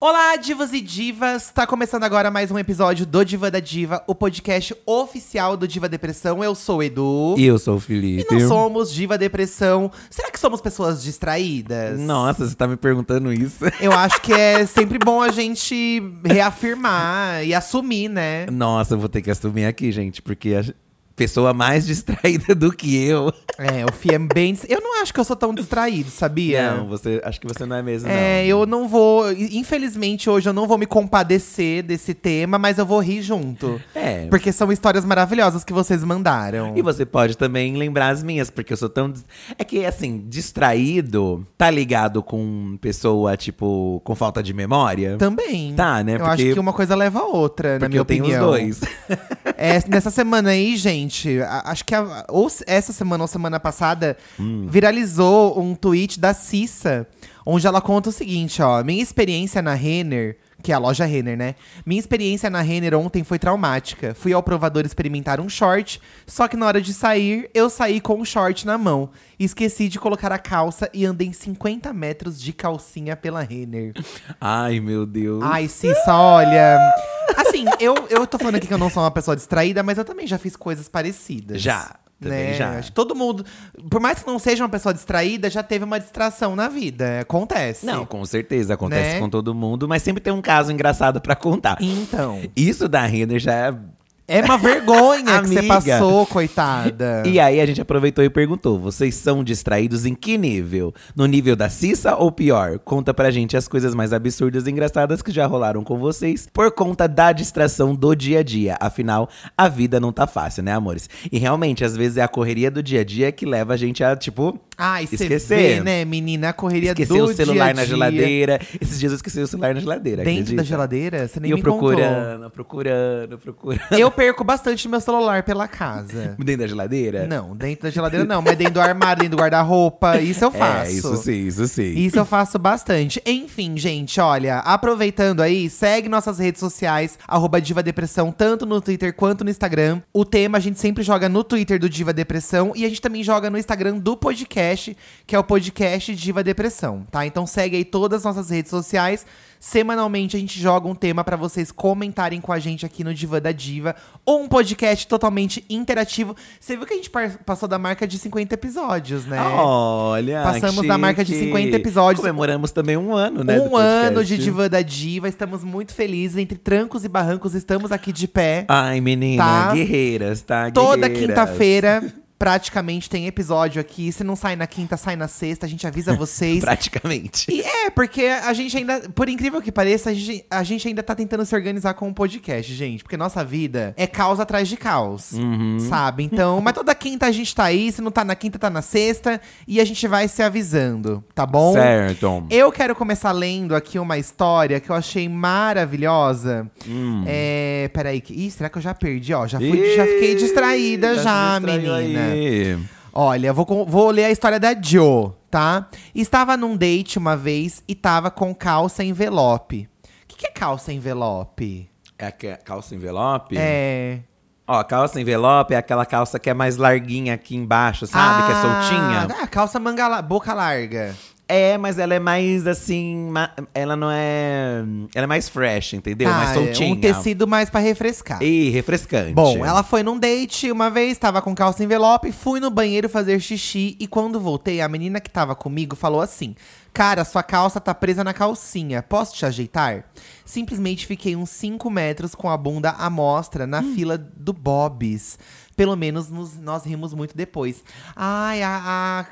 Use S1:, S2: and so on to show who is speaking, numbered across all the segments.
S1: Olá, divas e divas! Tá começando agora mais um episódio do Diva da Diva, o podcast oficial do Diva Depressão. Eu sou o Edu.
S2: E eu sou o Felipe.
S1: Tipo, E não somos Diva Depressão. Será que somos pessoas distraídas?
S2: Nossa, você tá me perguntando isso.
S1: Eu acho que é sempre bom a gente reafirmar e assumir, né?
S2: Nossa, eu vou ter que assumir aqui, gente, porque a pessoa mais distraída do que eu.
S1: É, o Fih é bem. dis- Eu não acho que eu sou tão distraído, sabia?
S2: Não, você acho que você não é mesmo,
S1: É, eu não vou. Infelizmente, hoje eu não vou me compadecer desse tema, mas eu vou rir junto.
S2: não. É.
S1: Porque são histórias maravilhosas que vocês mandaram.
S2: E você pode também lembrar as minhas, porque eu sou tão. dis- É que, assim, distraído tá ligado com pessoa, tipo, com falta de memória?
S1: Também.
S2: Tá, né?
S1: Eu
S2: Porque-
S1: acho que uma coisa leva a outra, na
S2: porque
S1: minha
S2: eu tenho
S1: opinião.
S2: os dois.
S1: É, nessa semana aí, gente, a- acho que a- ou se- essa semana ou semana passada,
S2: Hum.
S1: viralizou um tweet da Cissa, onde ela conta o seguinte, ó. Minha experiência na Renner, que é a loja Renner, né? Minha experiência na Renner ontem foi traumática. Fui ao provador experimentar um short, só que na hora de sair, eu saí com o short na mão. Esqueci de colocar a calça e andei 50 metros de calcinha pela Renner.
S2: Ai, meu Deus.
S1: Ai, Cissa, olha. Assim, eu, eu tô falando aqui que eu não sou uma pessoa distraída, mas eu também já fiz coisas parecidas.
S2: Já, também
S1: né?
S2: já.
S1: Acho que todo mundo, por mais que não seja uma pessoa distraída, já teve uma distração na vida. Acontece.
S2: Não, com certeza, acontece
S1: Né?
S2: com todo mundo, mas sempre tem um caso engraçado pra contar.
S1: Então.
S2: Isso da Renner já é
S1: É uma vergonha que você
S2: Amiga.
S1: passou, coitada.
S2: E aí a gente aproveitou e perguntou: vocês são distraídos em que nível? No nível da Cissa ou pior? Conta pra gente as coisas mais absurdas e engraçadas que já rolaram com vocês por conta da distração do dia a dia. Afinal, a vida não tá fácil, né, amores? E realmente, às vezes é a correria do dia a dia que leva a gente a, tipo,
S1: Ai, você
S2: Esquecer.
S1: vê, né, menina, a correria
S2: esquecer
S1: do
S2: o
S1: dia
S2: celular
S1: a
S2: na
S1: dia.
S2: geladeira. Esses dias eu esqueci o celular na geladeira.
S1: Dentro
S2: acredita?
S1: da geladeira, você nem
S2: E eu
S1: me contou.
S2: procurando, procurando, procurando.
S1: Eu perco bastante meu celular pela casa.
S2: Dentro da geladeira?
S1: Não, dentro da geladeira não, mas dentro do armário, dentro do guarda-roupa, isso eu faço.
S2: É, isso sim, isso sim.
S1: Isso eu faço bastante. Enfim, gente, olha, aproveitando aí, segue nossas redes sociais, arroba Diva Depressão, tanto no Twitter quanto no Instagram. O tema a gente sempre joga no Twitter do Diva Depressão e a gente também joga no Instagram do podcast, que é o podcast Diva Depressão, tá? Então segue aí todas as nossas redes sociais. Semanalmente a gente joga um tema pra vocês comentarem com a gente aqui no Diva da Diva. Um podcast totalmente interativo. Você viu que a gente par- passou da marca de 50 episódios, né?
S2: Ah, Olha,
S1: Passamos
S2: que
S1: da marca de
S2: chique.
S1: 50 episódios.
S2: Comemoramos também um ano, né? do
S1: um
S2: podcast.
S1: ano de Divã da Diva, estamos muito felizes. Entre trancos e barrancos, estamos aqui de pé.
S2: Ai, menina,
S1: Tá?
S2: guerreiras, tá?
S1: Toda
S2: Guerreiras.
S1: quinta-feira, praticamente, tem episódio aqui. Se não sai na quinta, sai na sexta, a gente avisa vocês.
S2: Praticamente.
S1: E é, porque a gente ainda, por incrível que pareça, a gente, a gente ainda tá tentando se organizar com o podcast, gente. Porque nossa vida é caos atrás de caos,
S2: Uhum.
S1: sabe? Então, mas toda quinta a gente tá aí, se não tá na quinta, tá na sexta. E a gente vai se avisando, tá bom?
S2: Certo.
S1: Eu quero começar lendo aqui uma história que eu achei maravilhosa. É, peraí, que- ih, será que eu já perdi? Ó, já, fui- já fiquei distraída
S2: Hum. Ih,
S1: já,
S2: se distraiu
S1: menina.
S2: aí.
S1: Olha, vou, con- vou ler a história da Jo, tá? Estava num date uma vez e tava com calça envelope. O que, que é calça envelope?
S2: É a ca- calça envelope?
S1: É.
S2: Ó, a calça envelope é aquela calça que é mais larguinha aqui embaixo, sabe? que é soltinha.
S1: Ah, calça manga la- boca larga.
S2: É, mas ela é mais assim. ma- Ela não é. Ela é mais fresh, entendeu?
S1: Ah,
S2: mais
S1: é,
S2: soltinha.
S1: Um tecido mais pra refrescar.
S2: E refrescante.
S1: Bom, ela foi num date uma vez, tava com calça envelope, fui no banheiro fazer xixi e quando voltei, a menina que tava comigo falou assim: Cara, sua calça tá presa na calcinha, posso te ajeitar? Simplesmente fiquei uns 5 metros com a bunda à mostra na
S2: Hum.
S1: fila do Bob's. Pelo menos nos- nós rimos muito depois. Ai, a, a,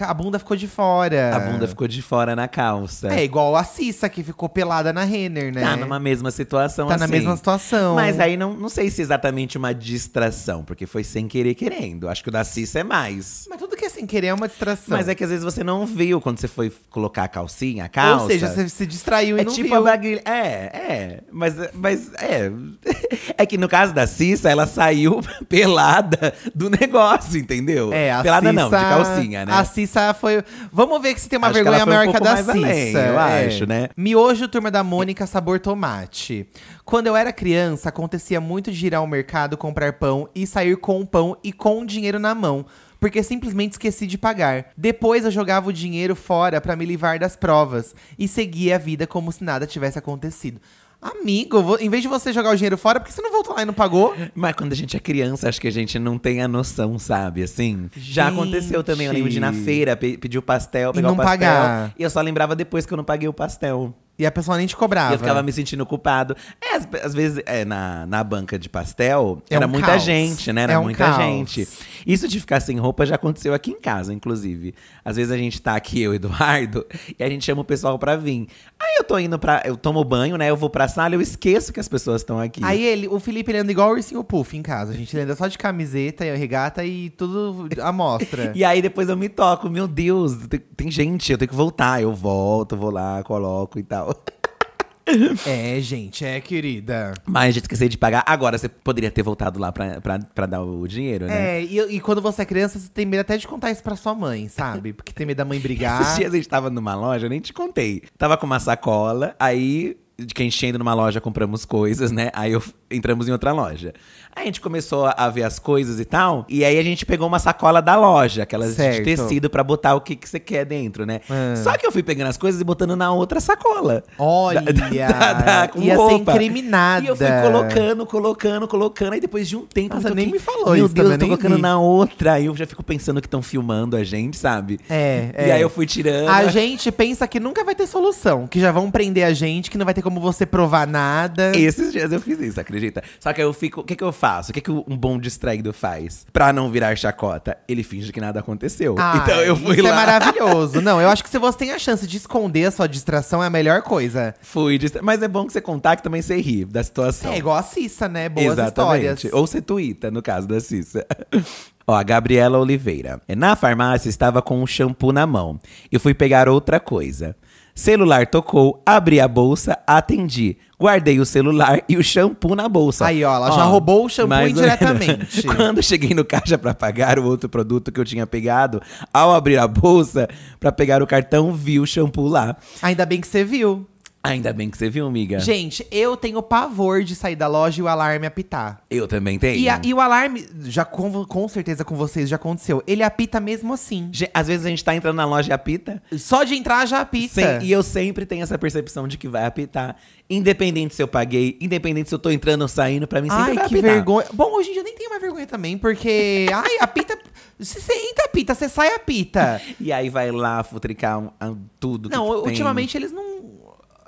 S1: a, a bunda ficou de fora.
S2: A bunda ficou de fora na calça.
S1: É igual a Cissa que ficou pelada na Renner, né?
S2: Tá numa mesma situação
S1: Tá
S2: assim.
S1: na mesma situação.
S2: Mas aí não, não sei se é exatamente uma distração, porque foi sem querer querendo. Acho que o da Cissa é mais.
S1: Mas tudo que é sem querer é uma distração.
S2: Mas é que às vezes você não viu quando você foi colocar a calcinha, a calça.
S1: Ou seja, você se distraiu
S2: é
S1: e não
S2: tipo
S1: viu.
S2: a bagulha. É, é. Mas, mas é. É que no caso da Cissa, ela saiu pelada do negócio, entendeu?
S1: É, a
S2: pelada não, de
S1: Cissa-
S2: calcinha, né?
S1: A Cissa foi. Vamos ver se tem uma
S2: Acho que
S1: vergonha
S2: ela foi um
S1: maior que a
S2: pouco
S1: da
S2: mais
S1: Cissa.
S2: além, eu
S1: é.
S2: acho, né?
S1: Miojo Turma da Mônica sabor tomate. Quando eu era criança, acontecia muito de ir ao mercado comprar pão e sair com o pão e com o dinheiro na mão. porque simplesmente esqueci de pagar. Depois eu jogava o dinheiro fora pra me livrar das provas e seguia a vida como se nada tivesse acontecido. Amigo, vo- em vez de você jogar o dinheiro fora, por que você não voltou lá e não pagou?
S2: Mas quando a gente é criança, acho que a gente não tem a noção, sabe? Assim. Já
S1: Gente.
S2: aconteceu também. Eu lembro de ir na feira, pe pedir o pastel,
S1: E
S2: pegar
S1: não
S2: o pastel.
S1: pagar.
S2: E eu só lembrava depois que eu não paguei o pastel.
S1: E a pessoa nem te
S2: E
S1: cobrava.
S2: eu ficava me sentindo culpado. É, às, às vezes, é, na, na banca de pastel,
S1: É
S2: era
S1: um
S2: muita
S1: caos.
S2: gente, né? Era
S1: É um
S2: muita
S1: caos.
S2: gente. Isso de ficar sem roupa já aconteceu aqui em casa, inclusive. Às vezes a gente tá aqui, eu e o Eduardo, e a gente chama o pessoal pra vir. Aí eu tô indo pra. Eu tomo banho, né? Eu vou pra sala, eu esqueço que as pessoas estão aqui.
S1: Aí ele, o Felipe, ele anda igual o ursinho Puff em casa. A gente ele anda só de camiseta e regata e tudo à mostra.
S2: E aí depois eu me toco, meu Deus, tem, tem gente, eu tenho que voltar. Eu volto, vou lá, coloco e tal.
S1: é, gente, é, querida.
S2: Mas já esqueci de pagar. Agora você poderia ter voltado lá pra, pra, pra dar o dinheiro, né?
S1: É, e, e quando você é criança, você tem medo até de contar isso pra sua mãe, sabe? Porque tem medo da mãe
S2: Esses
S1: brigar.
S2: dias a gente tava numa loja, eu nem te contei. Tava com uma sacola, aí de que a gente indo numa loja, compramos coisas, né? Aí eu, entramos em outra loja. Aí a gente começou a, a ver as coisas e tal. E aí a gente pegou uma sacola da loja, aquelas de
S1: Certo.
S2: tecido pra botar o que que você quer dentro, né?
S1: Ah.
S2: Só que eu fui pegando as coisas e botando na outra sacola.
S1: Olha,
S2: Da- da- da- com
S1: ia ser
S2: roupa.
S1: incriminada.
S2: E eu fui colocando, colocando, colocando. Aí depois de um tempo.
S1: Nossa,
S2: eu tô
S1: nem
S2: aqui,
S1: me falou
S2: Meu
S1: isso
S2: Deus,
S1: também,
S2: eu tô
S1: nem
S2: colocando
S1: vi."
S2: na outra. Aí eu já fico pensando que estão filmando a gente, sabe?
S1: É, é.
S2: E aí eu fui tirando.
S1: A gente pensa que nunca vai ter solução, que já vão prender a gente, que não vai ter como você provar nada.
S2: Esses dias eu fiz isso, acredita? Só que aí eu fico. O que, que eu faço? O que, que um bom distraído faz? Pra não virar chacota? Ele finge que nada aconteceu.
S1: Ah,
S2: então eu fui
S1: isso
S2: lá.
S1: é maravilhoso. Não, eu acho que se você tem a chance de esconder a sua distração, é a melhor coisa.
S2: Fui distra... Mas é bom que você contar que também você ri da situação.
S1: É igual a Cissa, né? Boas histórias.
S2: Ou você tuita, no caso da Cissa. Ó, a Gabriela Oliveira. É, Na farmácia estava com um shampoo na mão e fui pegar outra coisa. Celular tocou, abri a bolsa, atendi. Guardei o celular e o shampoo na bolsa.
S1: Aí, ó, ela já roubou o shampoo
S2: mais ou menos.
S1: indiretamente.
S2: Quando cheguei no caixa pra pagar o outro produto que eu tinha pegado, ao abrir a bolsa pra pegar o cartão, vi o shampoo lá.
S1: Ainda bem que você viu.
S2: Ainda bem que você viu, amiga.
S1: Gente, eu tenho pavor de sair da loja e o alarme apitar.
S2: eu também tenho.
S1: E, a- e o alarme, já com, com certeza com vocês já aconteceu, ele apita mesmo assim.
S2: Ge- Às vezes a gente tá entrando na loja e apita.
S1: Só de entrar já apita.
S2: Sem- e eu sempre tenho essa percepção de que vai apitar. tá Independente se eu paguei, independente se eu tô entrando ou saindo, pra mim sempre é
S1: Ai,
S2: vai
S1: que
S2: apitar.
S1: vergonha. Bom, hoje em dia eu nem tenho mais vergonha também, porque. ai, apita. Se você entra, apita, você sai, apita.
S2: E aí vai lá futricar um- um- tudo que
S1: Não,
S2: que tem.
S1: ultimamente eles não.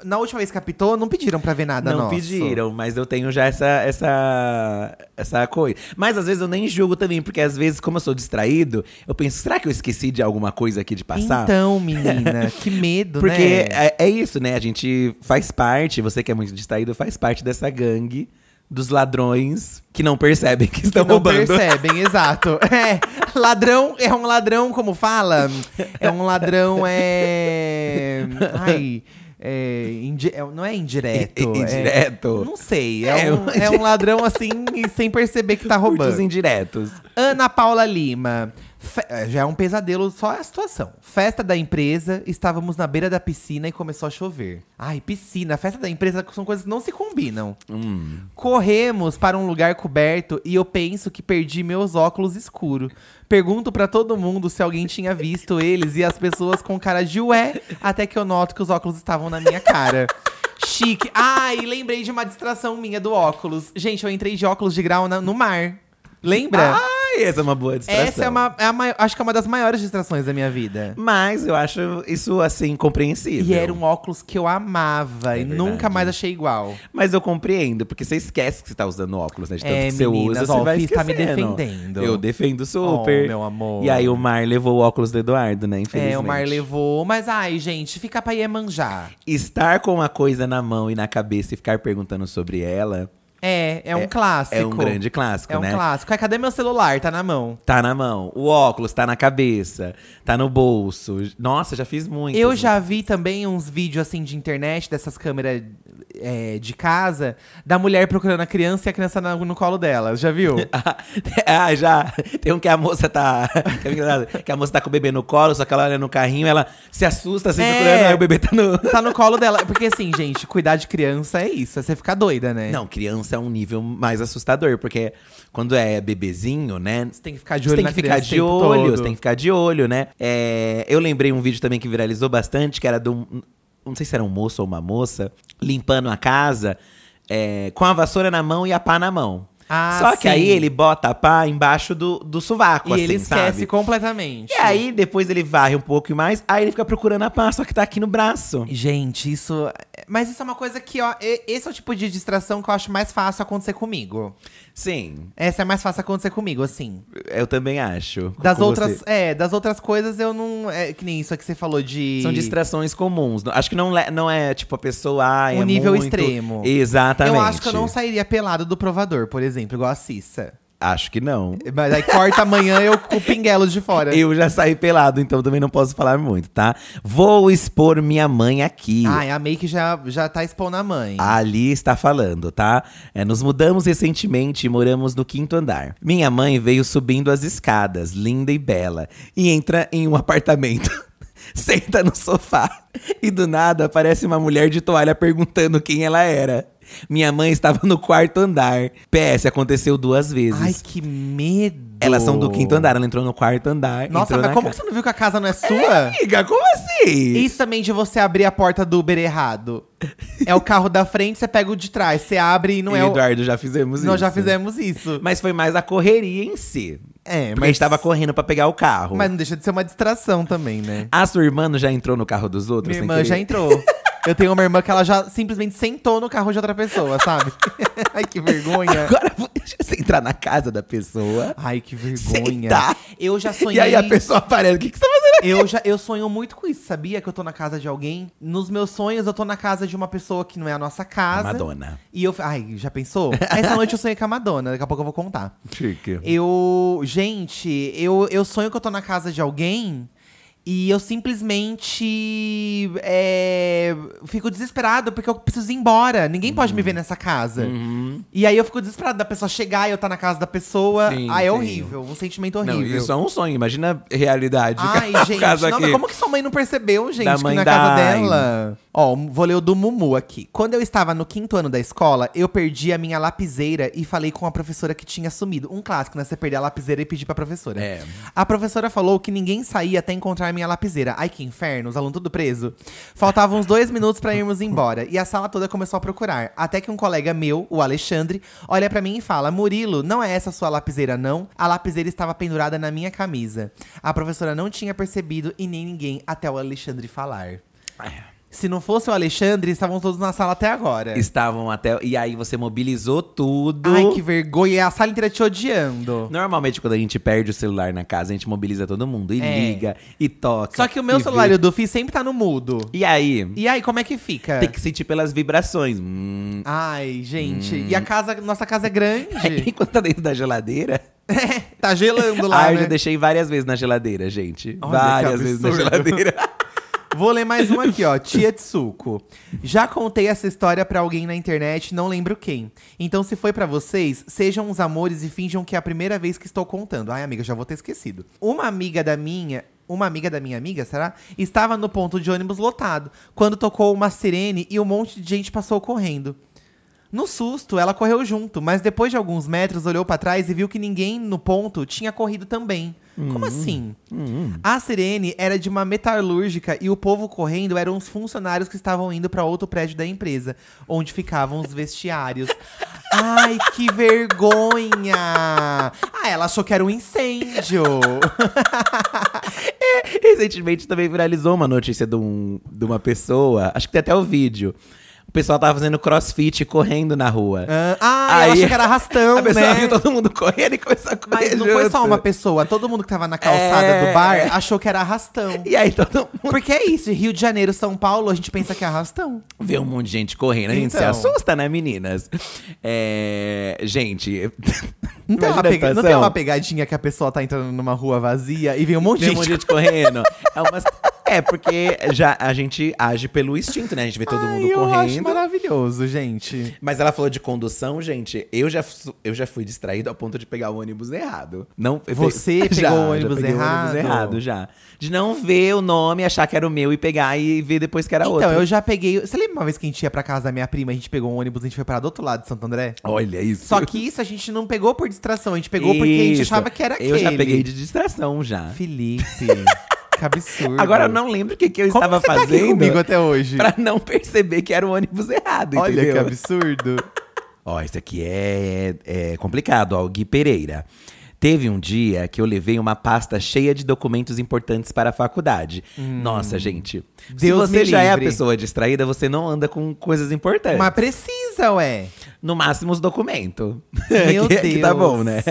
S1: Na última vez que apitou, não pediram pra ver nada
S2: Não
S1: nosso.
S2: pediram, mas eu tenho já essa, essa, essa coisa. Mas às vezes eu nem julgo também, porque às vezes, como eu sou distraído, eu penso, será que eu esqueci de alguma coisa aqui de passar?
S1: Então, menina, que medo,
S2: Porque
S1: né?
S2: é, é isso, né? A gente faz parte, você que é muito distraído, faz parte dessa gangue dos ladrões que não percebem que estão
S1: que não
S2: roubando.
S1: percebem, exato. É, ladrão é um ladrão, como fala? É um ladrão, é. Ai. É, indi- é- não é indireto.
S2: I- i- indireto.
S1: é- não sei. É,
S2: É,
S1: um,
S2: um-
S1: é um ladrão assim, sem perceber que tá
S2: Furtos
S1: roubando.
S2: indiretos.
S1: Ana Paula Lima. Fe- é, Já é um pesadelo só a situação. Festa da empresa, estávamos na beira da piscina e começou a chover. Ai, piscina, festa da empresa são coisas que não se combinam. Corremos para um lugar coberto e eu penso que perdi meus óculos escuros. Pergunto pra todo mundo se alguém tinha visto eles e as pessoas com cara de ué, até que eu noto que os óculos estavam na minha cara. Chique. Ai, lembrei de uma distração minha do óculos. Gente, eu entrei de óculos de grau na- no mar. Lembra?
S2: Ai, essa é uma boa distração.
S1: Essa é uma, é a mai- acho que é uma das maiores distrações da minha vida.
S2: Mas eu acho isso, assim, compreensível.
S1: E era um óculos que eu amava
S2: É
S1: e
S2: verdade.
S1: nunca mais achei igual.
S2: Mas eu compreendo, porque você esquece que você tá usando óculos, né? De tanto
S1: É,
S2: que você
S1: meninas,
S2: usa,
S1: ó,
S2: você
S1: o
S2: vai
S1: Fih tá me
S2: esquecendo.
S1: defendendo.
S2: Eu defendo super.
S1: Oh, meu amor.
S2: E aí o Mar levou o óculos do Eduardo, né? Infelizmente.
S1: É, o mar levou. Mas ai, gente, fica pra Iemanjá.
S2: Estar com uma coisa na mão e na cabeça e ficar perguntando sobre ela
S1: É, é um clássico.
S2: é um grande clássico,
S1: É um
S2: né?
S1: clássico. Ai, cadê meu celular? Tá na mão.
S2: Tá na mão, o óculos tá na cabeça, tá no bolso. Nossa, já fiz muito.
S1: Eu já vi também uns vídeos assim de internet, dessas câmeras é, de casa da mulher procurando a criança e a criança na- no colo dela. Já viu?
S2: ah, já. Tem um que a moça tá. que é engraçado, Que a moça tá com o bebê no colo, só que ela olha no carrinho, ela se assusta assim,
S1: É.
S2: procurando, aí o bebê tá no.
S1: tá no colo dela. Porque assim, gente, cuidar de criança é isso. É você ficar doida, né?
S2: Não, criança é um nível mais assustador, porque quando é bebezinho, né?
S1: Você tem que ficar de
S2: Você
S1: olho
S2: tem
S1: na
S2: que ficar
S1: criança
S2: de
S1: o tempo
S2: olho,
S1: todo.
S2: você tem que ficar de olho, né? É, eu lembrei um vídeo também que viralizou bastante, que era de um. Não sei se era um moço ou uma moça, limpando a casa é, com a vassoura na mão e a pá na mão.
S1: Ah,
S2: Só que
S1: sim.
S2: aí ele bota a pá embaixo do, do sovaco,
S1: E
S2: assim,
S1: ele esquece
S2: sabe?
S1: completamente.
S2: E aí depois ele varre um pouco e mais, aí ele fica procurando a pá, só que tá aqui no braço.
S1: Gente, isso. Mas isso é uma coisa que, ó, e- esse é o tipo de distração que eu acho mais fácil acontecer comigo.
S2: Sim,
S1: Essa é mais fácil acontecer comigo, assim.
S2: eu também acho.
S1: Das
S2: com
S1: outras,
S2: você.
S1: é, das outras coisas eu não. É, que nem isso que você falou de.
S2: São distrações comuns. Não- Acho que não, le- não é tipo a pessoa. Ah,
S1: Um
S2: é
S1: nível
S2: muito-
S1: extremo.
S2: Exatamente.
S1: Eu acho que eu não sairia pelado do provador, por exemplo, igual a Cissa.
S2: Acho que não.
S1: Mas aí corta amanhã eu com o pinguelo de fora.
S2: Eu já saí pelado, então também não posso falar muito, tá? Vou expor minha mãe aqui.
S1: Ai, a May que já, já tá expondo a mãe.
S2: Ali está falando, tá? É, nos mudamos recentemente e moramos no quinto andar. Minha mãe veio subindo as escadas, linda e bela, e entra em um apartamento. Senta no sofá e do nada aparece uma mulher de toalha perguntando quem ela era. Minha mãe estava no quarto andar. PS, aconteceu duas vezes.
S1: Ai, que medo.
S2: Elas são do quinto andar, ela entrou no quarto andar.
S1: Nossa,
S2: entrou
S1: mas
S2: na
S1: como
S2: ca-
S1: que você não viu que a casa não é sua?
S2: Amiga, como assim?
S1: Isso também de você abrir a porta do Uber errado. É o carro da frente, você pega o de trás. Você abre e não
S2: Eu
S1: é
S2: e
S1: o.
S2: Eduardo já fizemos isso.
S1: Nós já fizemos isso.
S2: Mas foi mais a correria em si.
S1: É,
S2: Porque a gente tava correndo pra pegar o carro.
S1: Mas não deixa de ser uma distração também, né?
S2: A sua irmã não já entrou no carro dos outros?
S1: Minha
S2: sem
S1: irmã já
S2: querer?
S1: entrou. Eu tenho uma irmã que ela já simplesmente sentou no carro de outra pessoa, sabe? Ai, que vergonha.
S2: Agora, deixa você entrar na casa da pessoa.
S1: Ai, que vergonha.
S2: Sentar.
S1: Eu já sonhei.
S2: E aí a pessoa aparece. O que, que você tá fazendo aqui?
S1: Eu já eu sonho muito com isso, sabia? Que eu tô na casa de alguém. Nos meus sonhos, eu tô na casa de uma pessoa que não é a nossa casa.
S2: Madonna.
S1: E eu. Ai, já pensou? Essa noite eu sonhei com a Madonna, daqui a pouco eu vou contar.
S2: Chique.
S1: Eu. Gente, eu, eu sonho que eu tô na casa de alguém e eu simplesmente. é, fico desesperado porque eu preciso ir embora. Ninguém pode me
S2: Uhum.
S1: ver nessa casa. E aí eu fico desesperado da pessoa chegar e eu tá na casa da pessoa.
S2: Sim,
S1: ah, é
S2: sim.
S1: horrível. Um sentimento horrível.
S2: Não, isso é um sonho. Imagina a realidade.
S1: Ai,
S2: O
S1: gente,
S2: caso
S1: não,
S2: aqui.
S1: mas como que sua mãe não percebeu, gente,
S2: Da
S1: que
S2: mãe
S1: na
S2: da
S1: casa
S2: Ayn.
S1: dela? Ó, vou ler o do Mumu aqui. Quando eu estava no quinto ano da escola, eu perdi a minha lapiseira e falei com a professora que tinha sumido. Um clássico, né? Você perder a lapiseira e pedir pra professora.
S2: É.
S1: A professora falou que ninguém saía até encontrar a minha lapiseira. Ai, que inferno, os alunos tudo preso. Faltavam uns dois minutos pra irmos embora. E a sala toda começou a procurar. Até que um colega meu, o Alexandre, olha pra mim e fala: Murilo, não é essa sua lapiseira, não. A lapiseira estava pendurada na minha camisa. A professora não tinha percebido e nem ninguém até o Alexandre falar. Se não fosse o Alexandre, estavam todos na sala até agora.
S2: Estavam até. E aí você mobilizou tudo.
S1: é? Ai, que vergonha. é A sala inteira te odiando.
S2: Normalmente, quando a gente perde o celular na casa, a gente mobiliza todo mundo. E
S1: É.
S2: liga, e toca.
S1: Só que o meu
S2: e
S1: celular e
S2: vê.
S1: o do Fih sempre tá no mudo.
S2: E aí?
S1: E aí, como é que fica?
S2: Tem que sentir pelas vibrações. Hum.
S1: Ai, gente. E a casa, nossa casa é grande.
S2: Enquanto tá dentro da geladeira.
S1: tá gelando lá,
S2: Ah, eu
S1: né?
S2: já deixei várias vezes na geladeira, gente.
S1: Olha que
S2: várias vezes na
S1: absurdo.
S2: geladeira.
S1: Vou ler mais um aqui, ó. Tia Tsuko. Já contei essa história pra alguém na internet, não lembro quem. Então, se foi pra vocês, sejam uns amores e finjam que é a primeira vez que estou contando. Ai, amiga, já vou ter esquecido. Uma amiga da minha. Uma amiga da minha amiga, será? Estava no ponto de ônibus lotado, quando tocou uma sirene e um monte de gente passou correndo. No susto, ela correu junto, mas depois de alguns metros olhou pra trás e viu que ninguém no ponto tinha corrido também.
S2: Hum,
S1: Como assim? A sirene era de uma metalúrgica e o povo correndo eram os funcionários que estavam indo pra outro prédio da empresa, onde ficavam os vestiários. Ai, que vergonha! Ah, ela achou que era um incêndio.
S2: Recentemente também viralizou uma notícia de, um, de uma pessoa. Acho que tem até o vídeo. O pessoal tava fazendo crossfit correndo na rua.
S1: Ah, ela achou que era arrastão,
S2: A pessoa
S1: né?
S2: viu todo mundo correndo e começou a correr.
S1: Mas não foi só
S2: junto.
S1: uma pessoa, todo mundo que tava na calçada
S2: É.
S1: do bar achou que era arrastão.
S2: E aí todo mundo
S1: Porque é isso, Rio de Janeiro, São Paulo, a gente pensa que é arrastão.
S2: vê um monte de gente correndo. A gente se
S1: Então.
S2: assusta, né, meninas? É, gente.
S1: Não tem, uma
S2: imagina a
S1: pega- não tem
S2: situação.
S1: uma pegadinha que a pessoa tá entrando numa rua vazia e vem um monte
S2: Tem
S1: de
S2: um monte de
S1: gente.
S2: gente correndo. É, umas- é, É, porque já a gente age pelo instinto, né? A gente vê todo
S1: Ai,
S2: mundo
S1: eu acho
S2: correndo.
S1: maravilhoso, gente.
S2: Mas ela falou de condução, gente. Eu já, fu- eu já fui distraído a ponto de pegar o ônibus errado. Não, eu
S1: Você
S2: pe-
S1: pegou o ônibus
S2: peguei
S1: errado?
S2: errado, já. De não ver o nome, achar que era o meu e pegar e ver depois que era
S1: então,
S2: outro.
S1: eu já peguei. Você lembra uma vez que a gente ia pra casa da minha prima, a gente pegou um ônibus, a gente foi parar do outro lado de Santo André?
S2: Olha isso.
S1: Só que isso a gente não pegou por distração, a gente pegou porque a gente
S2: Isso.
S1: achava que era aquele.
S2: Eu já peguei de distração já.
S1: Felipe, que absurdo.
S2: Agora eu não lembro o que, que eu
S1: Como que
S2: estava
S1: você Tá aqui
S2: fazendo
S1: comigo até hoje.
S2: pra não perceber que era o ônibus errado,
S1: Olha que
S2: entendeu?
S1: absurdo.
S2: Ó, isso aqui é, é complicado, ó. O Gui Pereira. Teve um dia que eu levei uma pasta cheia de documentos importantes para a faculdade. Nossa, gente. se
S1: Hum. Deus
S2: você
S1: me
S2: já é a
S1: livre.
S2: pessoa distraída, você não anda com coisas importantes.
S1: Mas precisa, ué.
S2: No máximo, os documentos.
S1: Meu
S2: que, que tá
S1: Deus.
S2: bom, né?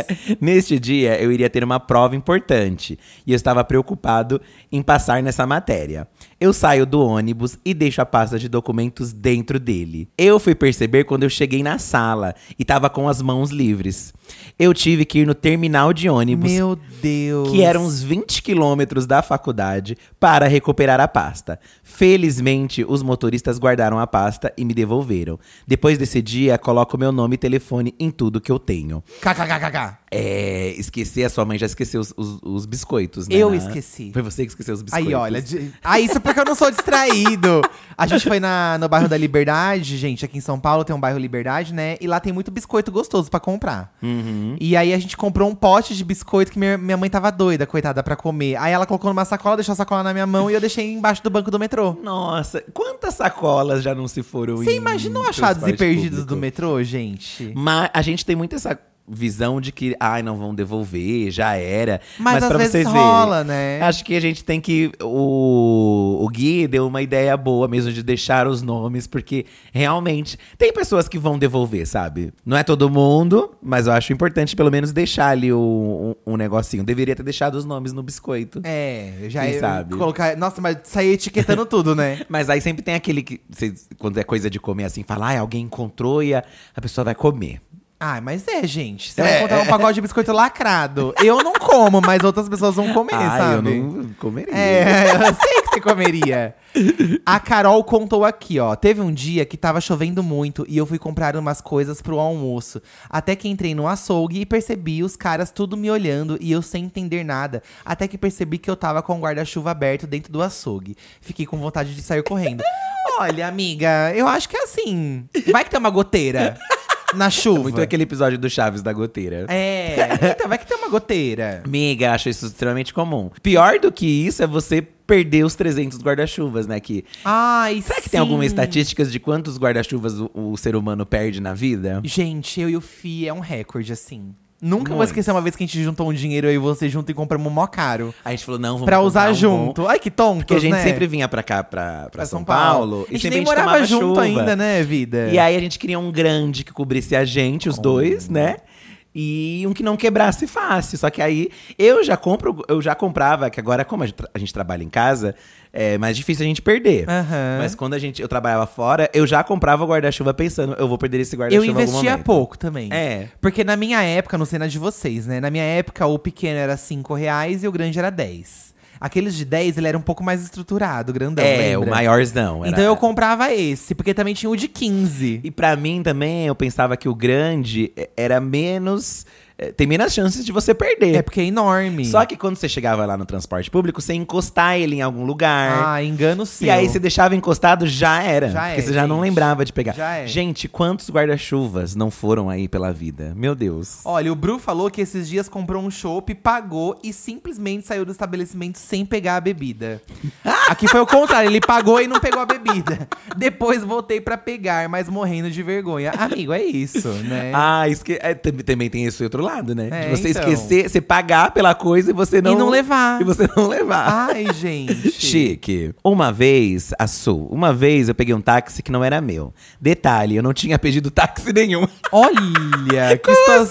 S2: Neste dia, eu iria ter uma prova importante. E eu estava preocupado em passar nessa matéria. Eu saio do ônibus e deixo a pasta de documentos dentro dele. Eu fui perceber quando eu cheguei na sala e tava com as mãos livres. Eu tive que ir no terminal de ônibus
S1: Meu Deus.
S2: que era um uns 20 quilômetros da faculdade, para recuperar a pasta. Felizmente, os motoristas guardaram a pasta e me devolveram. Depois desse dia, coloco meu nome e telefone em tudo que eu tenho.
S1: KKKKK.
S2: É, esquecer, a sua mãe já esqueceu os, os- os biscoitos, né?
S1: Eu
S2: na-
S1: esqueci.
S2: Foi você que esqueceu os biscoitos.
S1: Aí, olha. de- Ah, isso é porque eu não sou distraído. A gente foi na, no bairro da Liberdade, gente. Aqui em São Paulo tem um bairro Liberdade, né? E lá tem muito biscoito gostoso pra comprar.
S2: Uhum. Hum?
S1: E aí a gente comprou um pote de biscoito que minha, minha mãe tava doida, coitada, pra comer. Aí ela colocou numa sacola, deixou a sacola na minha mão e eu deixei embaixo do banco do metrô.
S2: Nossa, quantas sacolas já não se foram
S1: Você
S2: em
S1: imaginou achados e
S2: transporte
S1: perdidos
S2: público?
S1: do metrô, gente?
S2: Mas a gente tem muito essa visão de que, ai, não vão devolver, já era.
S1: Mas às
S2: pra
S1: vezes
S2: vocês
S1: rola,
S2: verem, É,
S1: né?
S2: Acho que a gente tem que. O, o Gui deu uma ideia boa mesmo de deixar os nomes, porque realmente tem pessoas que vão devolver, sabe? Não é todo mundo, mas eu acho importante pelo menos deixar ali o, um, um negocinho. Deveria ter deixado os nomes no biscoito.
S1: É, eu já
S2: Quem
S1: eu
S2: sabe?
S1: colocar. Nossa, mas saí etiquetando tudo, né?
S2: Mas aí sempre tem aquele que, cês- quando é coisa de comer assim, fala, ai, alguém encontrou e a, a pessoa vai comer.
S1: Ah, mas é, gente. Você vai encontrar um pacote de biscoito lacrado. Eu não como, mas outras pessoas vão comer,
S2: ai,
S1: sabe?
S2: eu não comeria.
S1: É, eu sei que você comeria. A Carol contou aqui, ó. Teve um dia que tava chovendo muito e eu fui comprar umas coisas pro almoço. Até que entrei no açougue e percebi os caras tudo me olhando e eu sem entender nada. Até que percebi que eu tava com o guarda-chuva aberto dentro do açougue. Fiquei com vontade de sair correndo. Olha, amiga, eu acho que é assim. Vai que tem uma goteira na chuva.
S2: Muito aquele episódio do Chaves da goteira.
S1: É,
S2: tá,
S1: então vai que tem uma goteira.
S2: Amiga, acho isso extremamente comum. Pior do que isso é você perder os 300 guarda-chuvas, né? Que,
S1: Ai,
S2: será que tem alguma
S1: sim.
S2: estatística de quantos guarda-chuvas o, o ser humano perde na vida?
S1: Gente, eu e o Fi é um recorde, assim. Nunca vou
S2: Muito.
S1: esquecer uma vez que a gente juntou um dinheiro eu e você junto e compramos um mó caro.
S2: A gente falou, não, vamos
S1: Pra usar
S2: comprar um bom-
S1: junto. Ai, que tonto,
S2: Porque a gente
S1: né?
S2: sempre vinha pra cá, pra, pra,
S1: Pra
S2: São, Paulo.
S1: A gente
S2: sempre
S1: nem morava
S2: tomava
S1: junto
S2: chuva.
S1: ainda, né, vida?
S2: E aí a gente queria um grande que cobrisse a gente, os dois, né? E um que não quebrasse fácil. Só que aí eu já compro, eu já comprava, que agora, como a gente, tra- a gente trabalha em casa, é mais difícil a gente perder.
S1: Aham.
S2: Mas quando a gente, eu trabalhava fora, eu já comprava o guarda-chuva pensando, eu vou perder esse
S1: eu
S2: guarda-chuva. em algum
S1: investia
S2: momento.
S1: pouco também.
S2: É.
S1: Porque na minha época, não sei na de vocês, né? Na minha época, o pequeno era 5 reais e o grande era 10. Aqueles de 10, ele era um pouco mais estruturado, grandão,
S2: é, o
S1: lembra?
S2: maiorzão. era-
S1: Então eu comprava esse, porque também tinha o de 15.
S2: E pra mim também, eu pensava que o grande eh, era menos. eh, Tem menos chances de você perder.
S1: É porque é enorme.
S2: Só que quando você chegava lá no transporte público, você ia encostar ele em algum lugar.
S1: Ah, engano
S2: né? E
S1: seu.
S2: aí você deixava encostado, já era.
S1: Já
S2: porque
S1: é,
S2: você já não
S1: gente.
S2: lembrava de pegar.
S1: Já é.
S2: Gente, quantos guarda-chuvas não foram aí pela vida? Meu Deus.
S1: Olha, o Bru falou que esses dias comprou um chopp, pagou e simplesmente saiu do estabelecimento sem pegar a bebida. Aqui foi o contrário, ele pagou e não pegou a bebida. Depois voltei pra pegar, mas morrendo de vergonha. Amigo, é isso, né?
S2: Ah, esque... é, tam- também tem esse outro lado, né?
S1: É,
S2: de você
S1: então.
S2: esquecer, você pagar pela coisa e você não.
S1: não levar. Ah,
S2: E você não levar.
S1: Ai, gente.
S2: Chique. Uma vez, a Sul, uma vez eu peguei um táxi que não era meu. Detalhe, eu não tinha pedido táxi nenhum.
S1: Olha, que situação.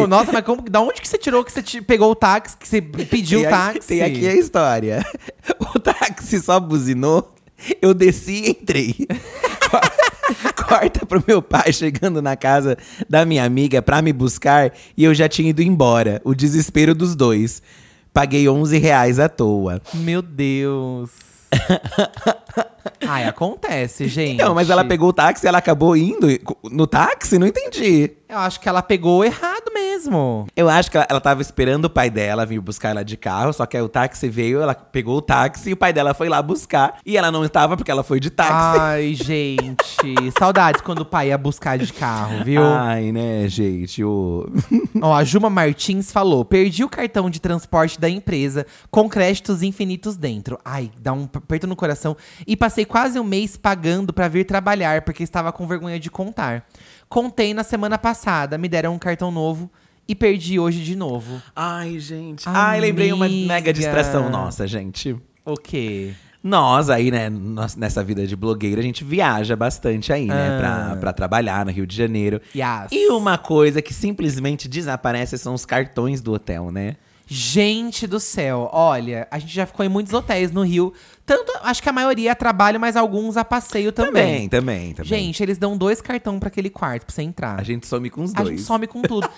S2: assim?
S1: Nossa, mas como, da onde que você tirou que você te- pegou o táxi, que você pediu
S2: E
S1: o
S2: aí,
S1: táxi?
S2: Tem aqui a história. O táxi só buzinou, eu desci e entrei. Co- Corta pro meu pai chegando na casa da minha amiga pra me buscar e eu já tinha ido embora. O desespero dos dois. Paguei 11 reais à toa.
S1: Meu Deus. Ai, acontece, gente.
S2: Não, mas ela pegou o táxi e ela acabou indo e- no táxi? Não entendi.
S1: Eu acho que ela pegou errado mesmo.
S2: Eu acho que ela, ela tava esperando o pai dela vir buscar ela de carro, só que aí o táxi veio, ela pegou o táxi e o pai dela foi lá buscar. E ela não estava porque ela foi de táxi.
S1: Ai, gente. Saudades quando o pai ia buscar de carro, viu?
S2: Ai, né, gente? ô.
S1: Ó, a Juma Martins falou: perdi o cartão de transporte da empresa com créditos infinitos dentro. Ai, dá um aperto no coração. E passei quase um mês pagando pra vir trabalhar, porque estava com vergonha de contar. Contei na semana passada, me deram um cartão novo e perdi hoje de novo.
S2: Ai, gente. Ai, lembrei uma
S1: Amiga.
S2: mega distração nossa, gente.
S1: O quê?
S2: Nós aí, né, nós- nessa vida de blogueira, a gente viaja bastante aí, né,
S1: Ah.
S2: pra, pra trabalhar no Rio de Janeiro.
S1: Yas.
S2: E uma coisa que simplesmente desaparece são os cartões do hotel, né?
S1: Gente do céu, olha, a gente já ficou em muitos hotéis no Rio. Tanto, acho que a maioria a trabalho, mas alguns a passeio também.
S2: Também, também, também.
S1: Gente, eles dão dois cartões pra aquele quarto pra você entrar.
S2: A gente some com os
S1: A
S2: dois.
S1: gente some com tudo.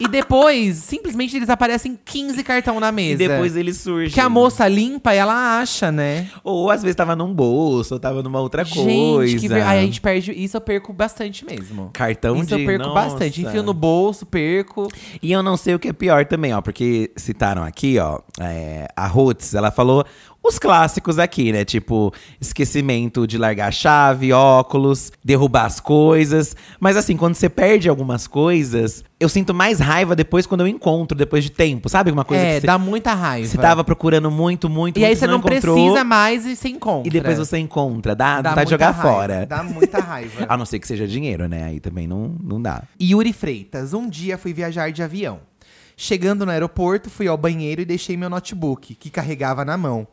S1: e depois, simplesmente, eles aparecem 15 cartão na
S2: E
S1: mesa.
S2: depois ele surge.
S1: que a moça limpa, ela acha, né?
S2: Ou às vezes tava num bolso, ou tava numa outra coisa.
S1: Gente, que ver... Aí a gente perde. Isso eu perco bastante mesmo.
S2: Cartão
S1: isso
S2: de
S1: eu perco
S2: nossa.
S1: bastante. Enfio no bolso, perco.
S2: E eu não sei o que é pior também, ó, porque citaram aqui, ó, é, a Roots, ela falou os clássicos aqui, né? Tipo, esquecimento de largar a chave, óculos, derrubar as coisas. Mas assim, quando você perde algumas coisas, eu sinto mais raiva depois quando eu encontro, depois de tempo, sabe? Uma coisa
S1: é,
S2: que você,
S1: dá muita raiva.
S2: você tava procurando muito, muito,
S1: e
S2: muito,
S1: aí você não,
S2: encontrou,
S1: precisa mais e você encontra.
S2: E depois você encontra, dá,
S1: Dá
S2: dá vontade de jogar
S1: muita raiva,
S2: fora.
S1: Dá muita raiva.
S2: A não ser que seja dinheiro, né? Aí também não, não dá.
S1: Yuri Freitas, um dia fui viajar de avião. Chegando no aeroporto, fui ao banheiro e deixei meu notebook, que carregava na mão.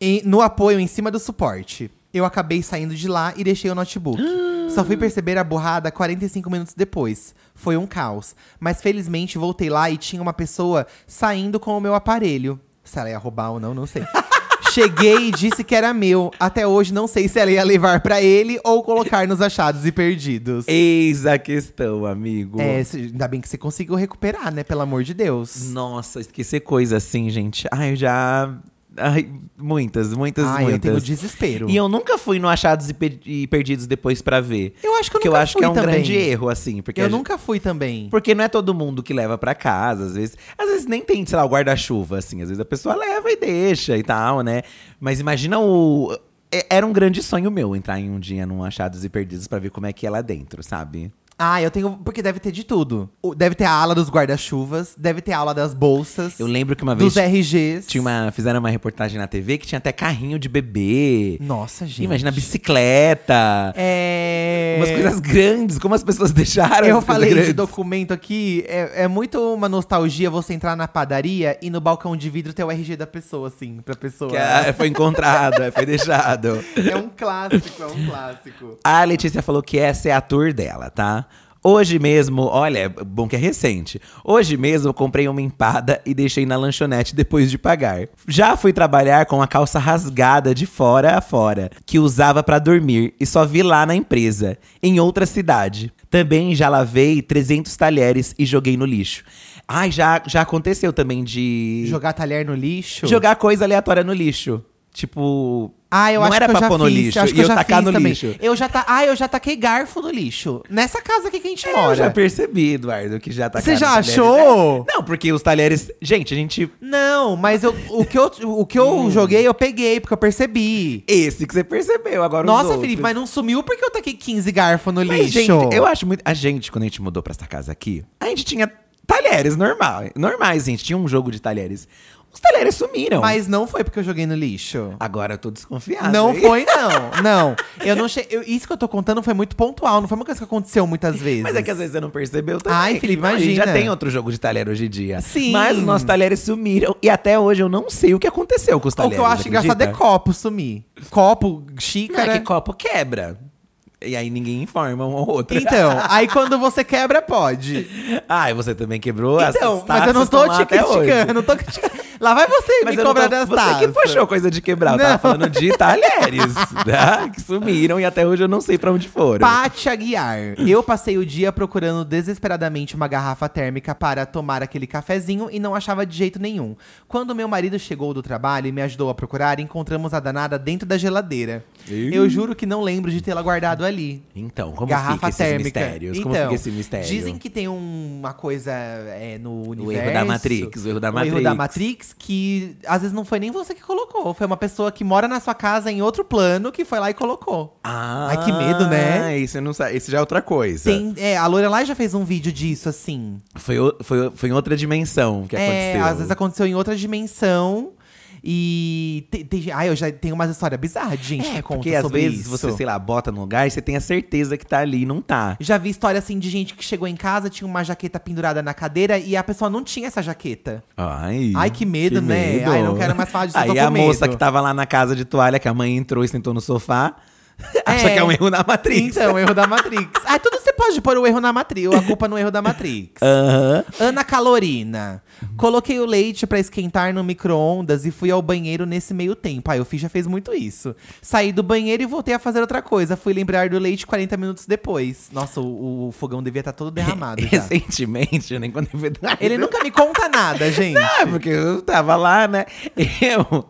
S1: E- no apoio em cima do suporte. Eu acabei saindo de lá e deixei o notebook. Só fui perceber a borrada 45 minutos depois. Foi um caos. Mas felizmente voltei lá e tinha uma pessoa saindo com o meu aparelho. Se ela ia roubar ou não, não sei. Cheguei e disse que era meu. Até hoje não sei se ela ia levar pra ele ou colocar nos achados e perdidos.
S2: Eis a questão, amigo.
S1: É, se- ainda bem que você conseguiu recuperar, né? Pelo amor de Deus.
S2: Nossa, esquecer coisa assim, gente. Ai, eu já. Ai, muitas, muitas,
S1: Ai, eu
S2: muitas.
S1: tenho desespero.
S2: E eu nunca fui no Achados e, Per- e Perdidos depois pra ver.
S1: Eu acho que eu
S2: Porque eu
S1: nunca
S2: acho
S1: fui
S2: que é um
S1: também.
S2: grande erro, assim. Porque, a
S1: Eu
S2: gente-
S1: nunca fui também.
S2: porque não é todo mundo que leva pra casa, às vezes. Às vezes nem tem, sei lá, o guarda-chuva, assim. Às vezes a pessoa leva e deixa e tal, né? Mas imagina o. é- Era um grande sonho meu entrar em um dia num Achados e Perdidos pra ver como é que é lá dentro, sabe?
S1: Ah, eu tenho. Porque deve ter de tudo. O- Deve ter a ala dos guarda-chuvas, deve ter a ala das bolsas,
S2: Eu lembro que uma vez
S1: dos RGs.
S2: tinha uma, fizeram uma reportagem na TV que tinha até carrinho de bebê.
S1: Nossa, gente.
S2: Imagina bicicleta.
S1: É.
S2: Umas coisas grandes, como as pessoas deixaram.
S1: Eu
S2: as coisas
S1: falei de
S2: grandes.
S1: documento aqui, é, é muito uma nostalgia você entrar na padaria e no balcão de vidro ter o RG da pessoa, assim, pra pessoa.
S2: que ah, foi encontrado, é, foi deixado.
S1: é um clássico, é um clássico.
S2: A Letícia falou que essa é a tour dela, tá? Hoje mesmo, olha, é bom que é recente. Hoje mesmo eu comprei uma empada e deixei na lanchonete depois de pagar. Já fui trabalhar com a calça rasgada de fora a fora, que usava pra dormir e só vi lá na empresa, em outra cidade. Também já lavei 300 talheres e joguei no lixo. Ai, já, já aconteceu também de
S1: Jogar talher no lixo.
S2: jogar coisa aleatória no lixo. Tipo,
S1: Ah, eu
S2: não
S1: acho
S2: era
S1: que eu
S2: pra
S1: já
S2: pôr no
S1: fiz,
S2: lixo
S1: acho que
S2: e eu
S1: já
S2: tacar
S1: fiz
S2: no
S1: também.
S2: lixo.
S1: Eu já ta... Ah, eu já taquei garfo no lixo. Nessa casa aqui que a gente
S2: É, Eu já
S1: mora.
S2: percebi, Eduardo, que já tá
S1: Você
S2: caro
S1: já
S2: os talheres.
S1: achou?
S2: É. Não, porque os talheres. Gente, a gente.
S1: Não, mas eu- o que eu, o que
S2: Hum.
S1: eu joguei, eu peguei, porque eu percebi.
S2: Esse que você percebeu agora. os
S1: Nossa,
S2: outros.
S1: Felipe, mas não sumiu porque eu taquei 15 garfo no
S2: Mas,
S1: lixo.
S2: gente, eu acho muito. A gente, quando a gente mudou pra essa casa aqui, a gente tinha talheres normal, normais, gente. Tinha um jogo de talheres. Os talheres sumiram.
S1: Mas não foi porque eu joguei no lixo.
S2: Agora eu tô desconfiado.
S1: não
S2: hein?
S1: foi, não. Não. Eu não che... eu- Isso que eu tô contando foi muito pontual, não foi uma coisa que aconteceu muitas vezes.
S2: Mas é que às vezes você não percebeu também.
S1: Ai, Felipe,
S2: Não, A gente
S1: imagina.
S2: já tem outro jogo de talher hoje em dia.
S1: Sim.
S2: Mas os nossos talheres sumiram. E até hoje eu não sei o que aconteceu com os
S1: O
S2: talheres.
S1: que eu acho
S2: acredita?
S1: engraçado é copo sumir. Copo,
S2: Não, é
S1: xícara.
S2: que copo quebra. E aí ninguém informa um ao outro.
S1: Então, aí quando você quebra, pode.
S2: Ai, Ah, você também quebrou as
S1: Então,
S2: as
S1: mas eu não
S2: taças
S1: tô
S2: tão lá
S1: te
S2: até hoje.
S1: criticando, não tô criticando. Lá vai você você me
S2: eu não
S1: cobra
S2: tô-
S1: das
S2: Você que
S1: taças.
S2: puxou coisa de quebrar. Eu tava
S1: Não.
S2: falando de talheres, tá? Que sumiram e até hoje eu não sei pra onde foram.
S1: Pátia Aguiar. Eu passei o dia procurando desesperadamente uma garrafa térmica para tomar aquele cafezinho e não achava de jeito nenhum. Quando meu marido chegou do trabalho e me ajudou a procurar, encontramos a danada dentro da geladeira.
S2: Ih.
S1: Eu juro que não lembro de tê-la guardado ali.
S2: Então, como
S1: garrafa
S2: fica esses
S1: térmica.
S2: mistérios?
S1: Então,
S2: como fica esse mistério?
S1: Dizem que tem um- uma coisa é, no
S2: da
S1: universo.
S2: Matrix, o erro da
S1: O erro da
S2: Matrix.
S1: Matrix que às vezes não foi nem você que colocou, foi uma pessoa que mora na sua casa em outro plano que foi lá e colocou.
S2: Ah,
S1: Ai, que medo, né?
S2: Esse, eu não sa- esse já é outra coisa.
S1: Tem, é, a Lorelai já fez um vídeo disso, assim.
S2: Foi, o- foi, o- foi em outra dimensão que
S1: é,
S2: aconteceu.
S1: às vezes aconteceu em outra dimensão. E tem, tem- ai, eu já tenho umas histórias bizarras de gente que
S2: É,
S1: conta
S2: porque às
S1: sobre
S2: vezes
S1: isso.
S2: você, sei lá, bota num lugar e você tem a certeza que tá ali e não tá.
S1: Já vi história assim de gente que chegou em casa, tinha uma jaqueta pendurada na cadeira e a pessoa não tinha essa jaqueta.
S2: Ai,
S1: Ai, que medo, né? Ai, não quero mais falar disso, eu
S2: Aí
S1: tô com
S2: a moça
S1: medo.
S2: que tava lá na casa de toalha, que a mãe entrou e sentou no sofá, acha
S1: É.
S2: que é um erro na Matrix.
S1: Então, erro da Matrix. Ah, tudo você pode pôr o erro na Matrix, a culpa no erro da Matrix.
S2: Aham.
S1: Ana Calorina. Coloquei o leite pra esquentar no micro-ondas e fui ao banheiro nesse meio tempo. Ah, eu fiz, já fez muito isso. Saí do banheiro e voltei a fazer outra coisa. Fui lembrar do leite 40 minutos depois. Nossa, o, o fogão devia estar todo derramado já.
S2: Recentemente, eu nem quando eu vi-
S1: Ele nunca me conta nada, gente.
S2: Ah, porque eu tava lá, né? Eu,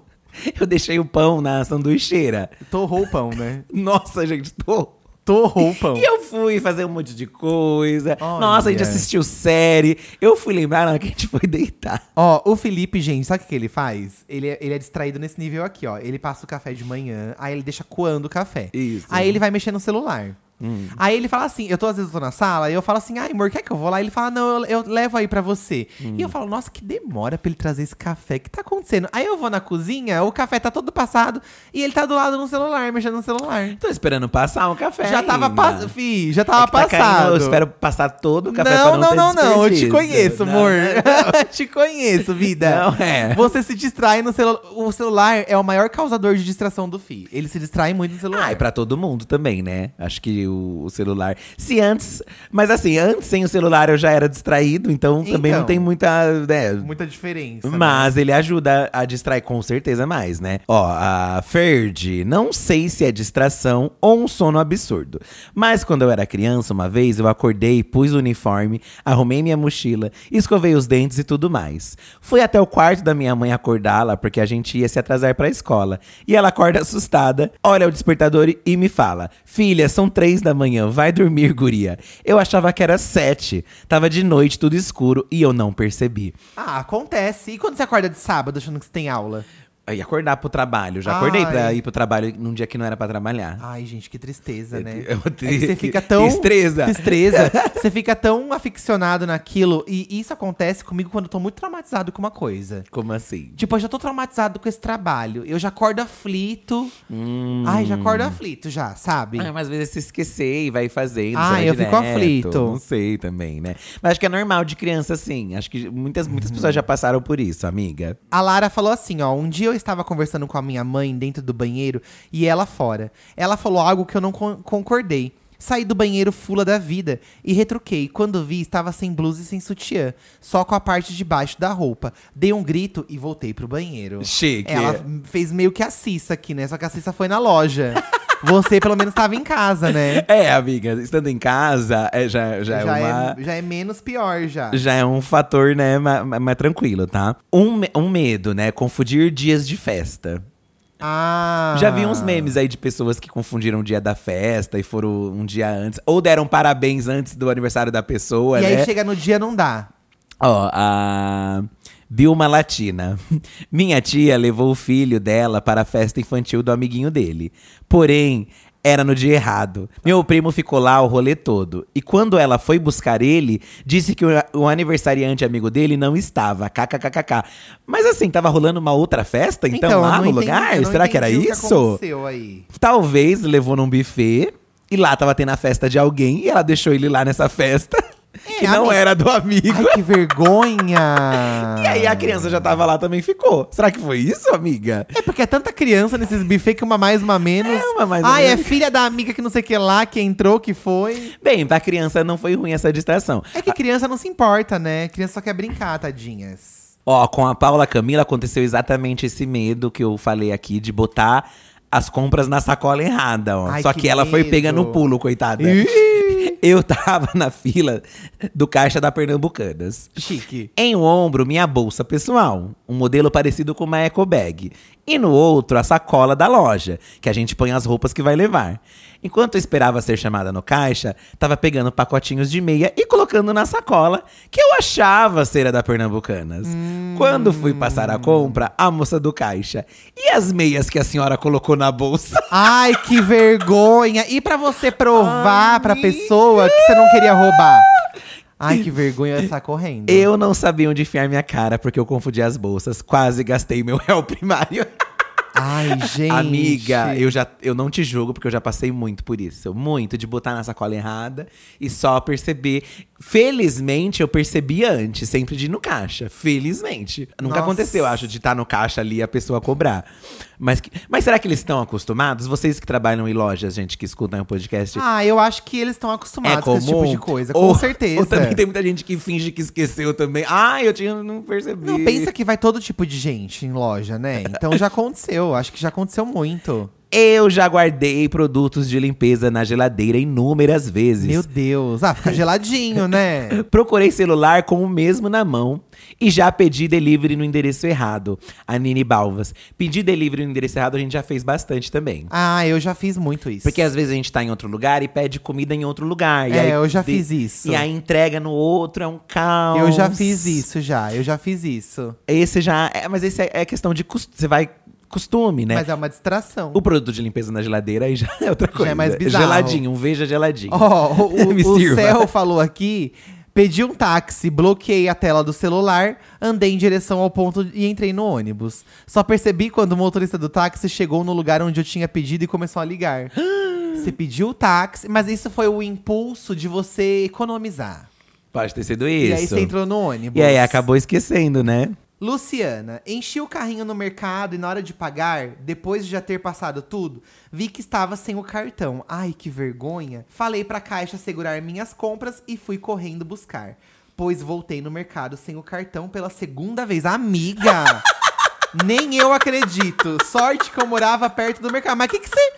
S2: eu deixei o pão na sanduicheira.
S1: Torrou o pão, né?
S2: Nossa, gente, tô.
S1: Torrou o pão.
S2: E eu fui fazer um monte de coisa.
S1: Olha.
S2: Nossa, a gente assistiu série. Eu fui lembrar na hora que a gente foi deitar.
S1: Ó, o Felipe, gente, sabe o que que ele faz? Ele é, ele é distraído nesse nível aqui, ó. Ele passa o café de manhã, aí ele deixa coando o café.
S2: Isso. Hum.
S1: Aí ele vai mexer no celular. Aí ele fala assim, eu tô às vezes tô na sala, e eu falo assim, ai, amor, quer que eu vou lá? Ele fala, não, eu, eu levo aí pra você. E
S2: Hum.
S1: eu falo, nossa, que demora pra ele trazer esse café, o que tá acontecendo? Aí eu vou na cozinha, o café tá todo passado, e ele tá do lado no celular, mexendo no celular.
S2: Tô esperando passar um café.
S1: já tava
S2: ainda.
S1: passado, fi, já
S2: É
S1: tava
S2: que tá
S1: passado.
S2: caindo, eu espero passar todo o café
S1: não,
S2: pra não,
S1: não,
S2: ter
S1: não, não. Eu te
S2: desperdício.
S1: conheço,
S2: Não,
S1: amor.
S2: né?
S1: te conheço, vida.
S2: Não, é.
S1: Você se distrai no celular. O celular é o maior causador de distração do Fi. Ele se distrai muito no celular.
S2: Ah, e pra todo mundo também, né? Acho que o, o celular. Se antes. Mas assim, antes sem o celular eu já era distraído, então, também
S1: Então.
S2: não tem muita. né?
S1: Muita diferença. né?
S2: Mas ele ajuda a distrair com certeza mais, né? Ó, a Ferdi, não sei se é distração ou um sono absurdo. Mas quando eu era criança, uma vez eu acordei, pus o uniforme, arrumei minha mochila, escovei os dentes e tudo mais. Fui até o quarto da minha mãe acordá-la, porque a gente ia se atrasar pra escola. E ela acorda assustada, olha o despertador e me fala: Filha, são três da manhã, vai dormir, guria. Eu achava que era sete. Tava de noite, tudo escuro, e eu não percebi.
S1: Ah, acontece. E quando você acorda de sábado achando que você tem aula?
S2: Aí acordar pro trabalho. Já acordei
S1: Ai.
S2: pra ir pro trabalho num dia que não era pra trabalhar.
S1: Ai, gente, que tristeza, né?
S2: É uma tri-
S1: É que você fica
S2: que-
S1: tão.
S2: Tristeza.
S1: Tristeza. você fica tão aficionado naquilo. E isso acontece comigo quando eu tô muito traumatizado com uma coisa.
S2: Como assim?
S1: Tipo, eu já tô traumatizado com esse trabalho. Eu já acordo aflito.
S2: Hum.
S1: Ai, já acordo aflito, já, sabe?
S2: Ah, mas às vezes você esquecer e vai fazendo.
S1: Ah,
S2: você vai
S1: eu fico
S2: direto.
S1: aflito.
S2: Não sei também, né? Mas acho que é normal de criança, assim. Acho que muitas,
S1: Hum.
S2: muitas pessoas já passaram por isso, amiga.
S1: A Lara falou assim, ó, um dia eu estava conversando com a minha mãe dentro do banheiro e ela fora. Ela falou algo que eu não con- concordei. Saí do banheiro fula da vida e retruquei. Quando vi, estava sem blusa e sem sutiã, só com a parte de baixo da roupa. Dei um grito e voltei pro banheiro.
S2: Chique.
S1: Ela fez meio que a Cissa aqui, né? Só que a Cissa foi na loja. Você pelo menos estava em casa, né?
S2: É, amiga, estando em casa, é, já, já,
S1: já,
S2: é uma.
S1: é, já é menos pior, já.
S2: Já é um fator, né, ma- ma- mais, tranquilo, tá? Um, me- um medo, né? Confundir dias de festa.
S1: Ah.
S2: Já vi uns memes aí de pessoas que confundiram o dia da festa e foram um dia antes. Ou deram parabéns antes do aniversário da pessoa,
S1: E
S2: né?
S1: aí chega no dia, não dá.
S2: Ó, a Bilma Latina. Minha tia levou o filho dela para a festa infantil do amiguinho dele. Porém, era no dia errado. Meu primo ficou lá o rolê todo. E quando ela foi buscar ele, disse que o, o aniversariante amigo dele não estava. KKKKK. Mas assim, tava rolando uma outra festa, então,
S1: eu
S2: lá
S1: não
S2: no
S1: entendi, eu
S2: lugar?
S1: não
S2: Será que era
S1: entendi o
S2: isso?
S1: aconteceu aí.
S2: Talvez levou num buffet e lá tava tendo a festa de alguém e ela deixou ele lá nessa festa. que não
S1: É, amiga. Ah.
S2: era do amigo.
S1: Ai, que vergonha!
S2: E aí a criança já tava lá também ficou. Será que foi isso, amiga?
S1: É porque é tanta criança nesses buffet que uma mais, uma menos.
S2: É, uma mais, uma
S1: Ai, é
S2: menos.
S1: filha da amiga que não sei o que lá, que entrou, que foi.
S2: Bem, pra criança não foi ruim essa distração.
S1: É que criança não se importa, né? Criança só quer brincar, tadinhas.
S2: Ó, com a Paula Camila aconteceu exatamente esse medo que eu falei aqui de botar as compras na sacola errada, ó.
S1: Ai,
S2: Só
S1: que
S2: que, ela foi
S1: medo.
S2: pega no pulo, coitada.
S1: Ih!
S2: Eu tava na fila do caixa da Pernambucanas.
S1: Chique.
S2: Em um ombro, minha bolsa pessoal, um modelo parecido com uma eco bag. E no outro, a sacola da loja, que a gente põe as roupas que vai levar. Enquanto eu esperava ser chamada no caixa, tava pegando pacotinhos de meia e colocando na sacola, que eu achava ser a da Pernambucanas. Quando fui passar a compra, a moça do caixa. E as meias que a senhora colocou na bolsa?
S1: Ai, que vergonha. E pra você provar pra
S2: Amiga!
S1: pessoa que você não queria roubar? Ai, que vergonha essa correndo.
S2: Eu não sabia onde enfiar minha cara porque eu confundi as bolsas. Quase gastei meu réu primário.
S1: Ai, gente.
S2: Amiga, eu já eu não te julgo porque eu já passei muito por isso, muito de botar na sacola errada e só perceber. Felizmente eu percebi antes, sempre de ir no caixa, felizmente. Nunca
S1: Nossa.
S2: aconteceu, acho, de estar no caixa ali e a pessoa cobrar. Mas, que- mas será que eles estão acostumados? Vocês que trabalham em lojas, gente, que escutam o podcast,
S1: Ah, eu acho que eles estão
S2: é
S1: acostumados com
S2: comum?
S1: esse tipo de coisa, com
S2: Ou-
S1: certeza.
S2: Ou também tem muita gente que finge que esqueceu também. Ah, eu tinha não percebi.
S1: Não, pensa que vai todo tipo de gente em loja, né? Então já aconteceu, acho que já aconteceu muito.
S2: Eu já guardei produtos de limpeza na geladeira inúmeras vezes.
S1: Meu Deus. Ah, fica geladinho, né?
S2: Procurei celular com o mesmo na mão e já pedi delivery no endereço errado. A Nini Balvas. Pedir delivery no endereço errado a gente já fez bastante também.
S1: Ah, eu já fiz muito isso.
S2: Porque às vezes a gente tá em outro lugar e pede comida em outro lugar. e
S1: É,
S2: aí
S1: eu já
S2: de-
S1: fiz isso.
S2: E a entrega no outro é um caos.
S1: Eu já fiz isso, já. Eu já fiz isso.
S2: Esse já. É, mas esse é, é questão de costume. Você vai. Costume, né?
S1: Mas é uma distração.
S2: O produto de limpeza na geladeira aí já é outra coisa.
S1: é mais bizarro.
S2: Geladinho, um veja geladinho.
S1: Ó, o,
S2: É, Me
S1: o, o
S2: sirva.
S1: Céu falou aqui. Pedi um táxi, bloqueei a tela do celular, andei em direção ao ponto e entrei no ônibus. Só percebi quando o motorista do táxi chegou no lugar onde eu tinha pedido e começou a ligar. Você pediu o táxi, mas isso foi o impulso de você economizar.
S2: Pode ter sido
S1: E aí
S2: isso.
S1: você entrou no ônibus.
S2: e aí acabou esquecendo, né?
S1: Luciana, enchi o carrinho no mercado e na hora de pagar, depois de já ter passado tudo, vi que estava sem o cartão. Ai, que vergonha. Falei pra caixa segurar minhas compras e fui correndo buscar. Pois voltei no mercado sem o cartão pela segunda vez. Amiga! Nem eu acredito. Sorte que eu morava perto do mercado. Mas o que que você.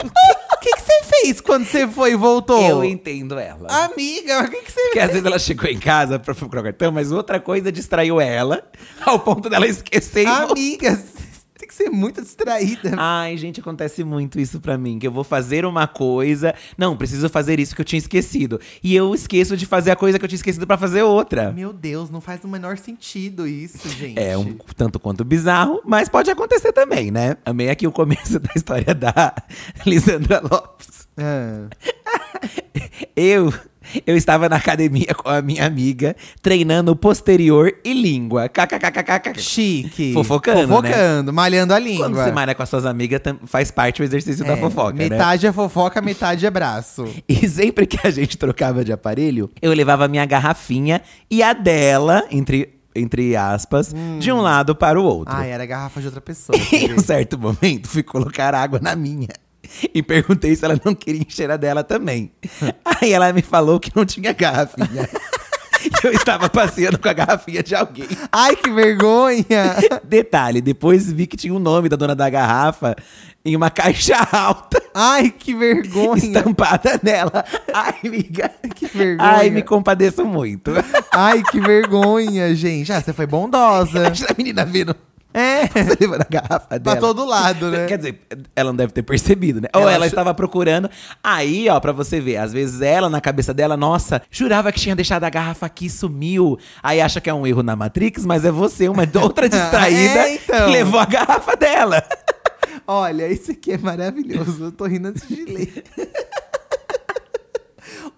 S1: O que que você fez quando você foi e voltou?
S2: Eu entendo ela.
S1: Ah, Amiga, o que que você
S2: Porque às vezes ela chegou em casa pra procurar o cartão, mas outra coisa distraiu ela, ao ponto dela esquecer. e voltar.
S1: Amiga, você tem que ser muito distraída.
S2: Ai, gente, acontece muito isso pra mim, que eu vou fazer uma coisa, não, preciso fazer isso que eu tinha esquecido. E eu esqueço de fazer a coisa que eu tinha esquecido pra fazer outra.
S1: Meu Deus, não faz o menor sentido isso, gente.
S2: É um tanto quanto bizarro, mas pode acontecer também, né? Amei aqui o começo da história da Lisandra Lopes.
S1: Ah.
S2: Eu, eu estava na academia com a minha amiga, treinando posterior e língua. KKKKK.
S1: Chique.
S2: Fofocando, né?
S1: Fofocando, malhando a língua.
S2: Quando você malha com as suas amigas, tam- faz parte o exercício da
S1: É,
S2: fofoca, né?
S1: Metade é fofoca, metade é braço.
S2: E sempre que a gente trocava de aparelho, eu levava a minha garrafinha e a dela, entre, entre aspas, de um lado para o outro.
S1: Hum. Ai, era a garrafa de outra pessoa.
S2: Em
S1: quer
S2: um
S1: ver?
S2: certo momento, fui colocar água na minha. E perguntei se ela não queria encher a dela também. Aí ela me falou que não tinha garrafinha. que eu estava passeando com a garrafinha de alguém.
S1: Ai, que vergonha!
S2: Detalhe, depois vi que tinha o nome da dona da garrafa em uma caixa alta.
S1: Ai, que vergonha!
S2: Estampada nela. Ai, amiga.
S1: Que vergonha.
S2: Ai, me compadeço muito.
S1: Ai, que vergonha, gente. Ah, você foi bondosa.
S2: Imagina a menina vendo.
S1: É,
S2: Você levando a garrafa
S1: pra
S2: dela.
S1: todo lado, né?
S2: Quer dizer, ela não deve ter percebido, né? Ou
S1: Ela
S2: ela
S1: achou-
S2: estava procurando. Aí, ó, pra você ver, às vezes ela, na cabeça dela, nossa, jurava que tinha deixado a garrafa aqui e sumiu. Aí acha que é um erro na Matrix, mas é você, uma outra distraída,
S1: É, então.
S2: que levou a garrafa dela.
S1: Olha, isso aqui é maravilhoso. Eu tô rindo antes de ler.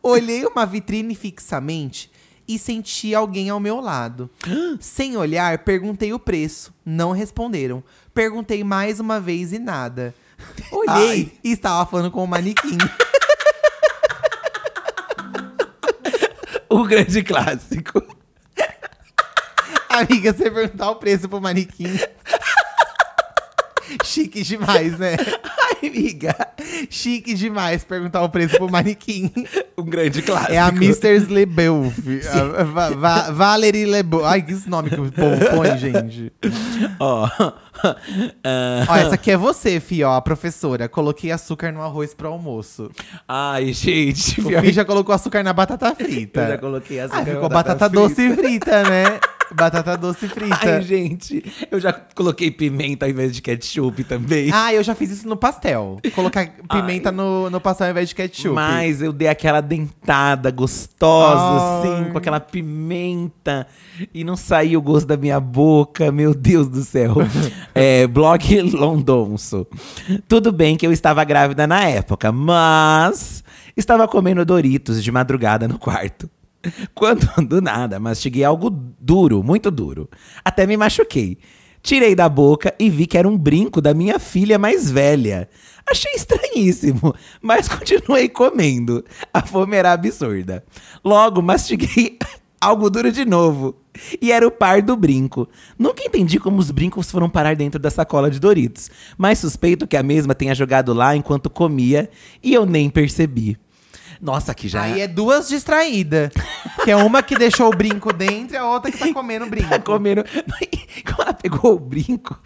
S1: Olhei uma vitrine fixamente e senti alguém ao meu lado. Sem olhar, perguntei o preço. Não responderam. Perguntei mais uma vez e nada. Olhei
S2: Ai.
S1: e estava falando com o manequim.
S2: O grande clássico.
S1: Amiga, você perguntar o preço pro manequim. Chique demais, né?
S2: Ai, amiga.
S1: Chique demais perguntar o preço pro manequim.
S2: O grande clássico.
S1: É a Mr. Lebeuf. A- Ah, Va- Va- Valerie Lebeuf. Ai, que esse nome que o povo põe, gente.
S2: Ó. Ah,
S1: Ó, essa aqui é você, Fi, ó, a professora. Coloquei açúcar no arroz pro almoço.
S2: Ai, gente.
S1: O
S2: pior
S1: Fi já colocou açúcar na batata frita.
S2: Eu já coloquei açúcar
S1: Ah,
S2: na
S1: ficou
S2: batata
S1: batata,
S2: frita.
S1: doce frita, né? batata doce frita.
S2: Ai, gente, eu já coloquei pimenta ao invés de ketchup também.
S1: Ah, eu já fiz isso no pastel. Colocar pimenta no, no pastel ao invés de ketchup.
S2: Mas eu dei aquela dentada gostosa,
S1: Ai.
S2: assim, com aquela pimenta. E não saiu o gosto da minha boca, meu Deus do céu. é, blog Londonso. Tudo bem que eu estava grávida na época, mas estava comendo Doritos de madrugada no quarto. Quando, do nada, mastiguei algo duro, muito duro. Até me machuquei. Tirei da boca e vi que era um brinco da minha filha mais velha. Achei estranhíssimo, mas continuei comendo. A fome era absurda. Logo, mastiguei algo duro de novo. E era o par do brinco. Nunca entendi como os brincos foram parar dentro da sacola de Doritos, mas suspeito que a mesma tenha jogado lá enquanto comia e eu nem percebi. Nossa, aqui já
S1: Aí é duas distraídas. que é uma que deixou o brinco dentro e a outra que tá comendo o brinco.
S2: Tá comendo. Quando ela pegou o brinco,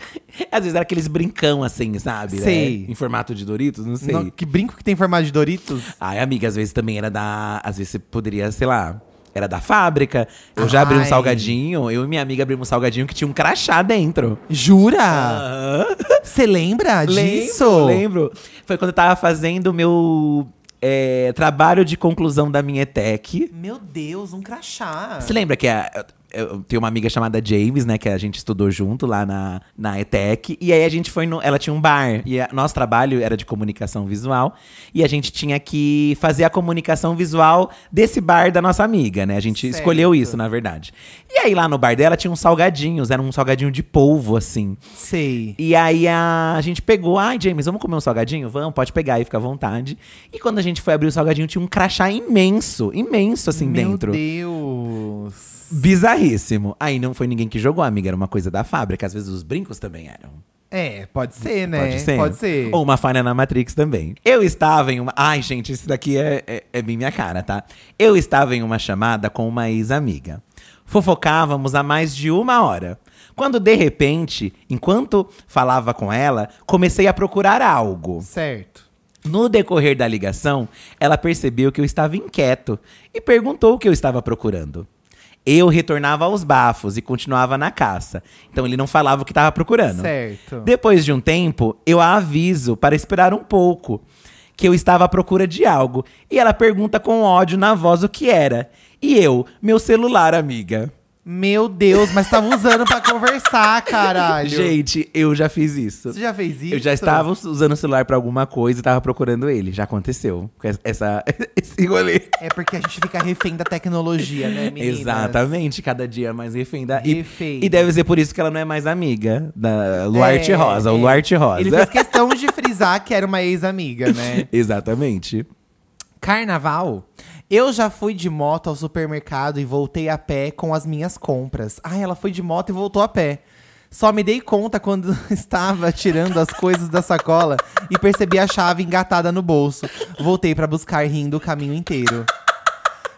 S2: às vezes era aqueles brincão assim, sabe? né?
S1: Sei.
S2: Em formato de Doritos, não sei.
S1: No- que brinco que tem formato de Doritos?
S2: Ai, amiga, às vezes também era da. Às vezes você poderia, sei lá. Era da fábrica. Eu já abri um
S1: Ai.
S2: salgadinho. Eu e minha amiga abrimos um salgadinho que tinha um crachá dentro.
S1: Jura?
S2: Aham.
S1: Você lembra Ah. É disso?
S2: Ah. Lembro, lembro. Foi quando eu tava fazendo o meu é, trabalho de conclusão da minha ETEC.
S1: Meu Deus, um crachá.
S2: Você lembra que a, eu, eu tenho uma amiga chamada James, né? Que a gente estudou junto lá na, na ETEC. E aí a gente foi no. Ela tinha um bar. E a- nosso trabalho era de comunicação visual. E a gente tinha que fazer a comunicação visual desse bar da nossa amiga, né? A gente
S1: Certo.
S2: escolheu isso, na verdade. E aí lá no bar dela tinha uns salgadinhos. Era um salgadinho de polvo, assim.
S1: Sei.
S2: E aí a, a gente pegou, ai, James, vamos comer um salgadinho? Vamos, pode pegar aí, fica à vontade. E quando a gente foi abrir o salgadinho, tinha um crachá imenso, imenso assim
S1: Meu
S2: dentro.
S1: Deus.
S2: Bizarríssimo. Aí não foi ninguém que jogou, amiga. Era uma coisa da fábrica. Às vezes os brincos também eram.
S1: É, pode ser, né?
S2: Pode ser.
S1: Pode ser.
S2: Ou uma falha na Matrix também. Eu estava em uma. Ai, gente, isso daqui é, é, é bem minha cara, tá? Eu estava em uma chamada com uma ex-amiga. Fofocávamos há mais de uma hora. Quando, de repente, enquanto falava com ela, comecei a procurar algo.
S1: Certo.
S2: No decorrer da ligação, ela percebeu que eu estava inquieto e perguntou o que eu estava procurando. Eu retornava aos bafos e continuava na caça. Então ele não falava o que estava procurando.
S1: Certo.
S2: Depois de um tempo, eu a aviso para esperar um pouco, que eu estava à procura de algo. E ela pergunta com ódio na voz o que era. E eu, meu celular, amiga.
S1: Meu Deus, mas tava usando pra conversar, caralho.
S2: Gente, eu já fiz isso.
S1: Você já fez isso?
S2: Eu já estava us- usando o celular pra alguma coisa e tava procurando ele. Já aconteceu. com essa- Essa, esse rolê.
S1: É porque a gente fica refém da tecnologia, né, meninas?
S2: Exatamente, cada dia é mais refém da. e-
S1: Refém.
S2: E, deve ser por isso que ela não é mais amiga da Luarte
S1: É,
S2: Rosa, o
S1: é.
S2: Luarte Rosa.
S1: Ele fez questão de frisar que era uma ex-amiga, né?
S2: Exatamente.
S1: Carnaval? Eu já fui de moto ao supermercado e voltei a pé com as minhas compras. Ah, ela foi de moto e voltou a pé. Só me dei conta quando estava tirando as coisas da sacola e percebi a chave engatada no bolso. Voltei pra buscar rindo o caminho inteiro.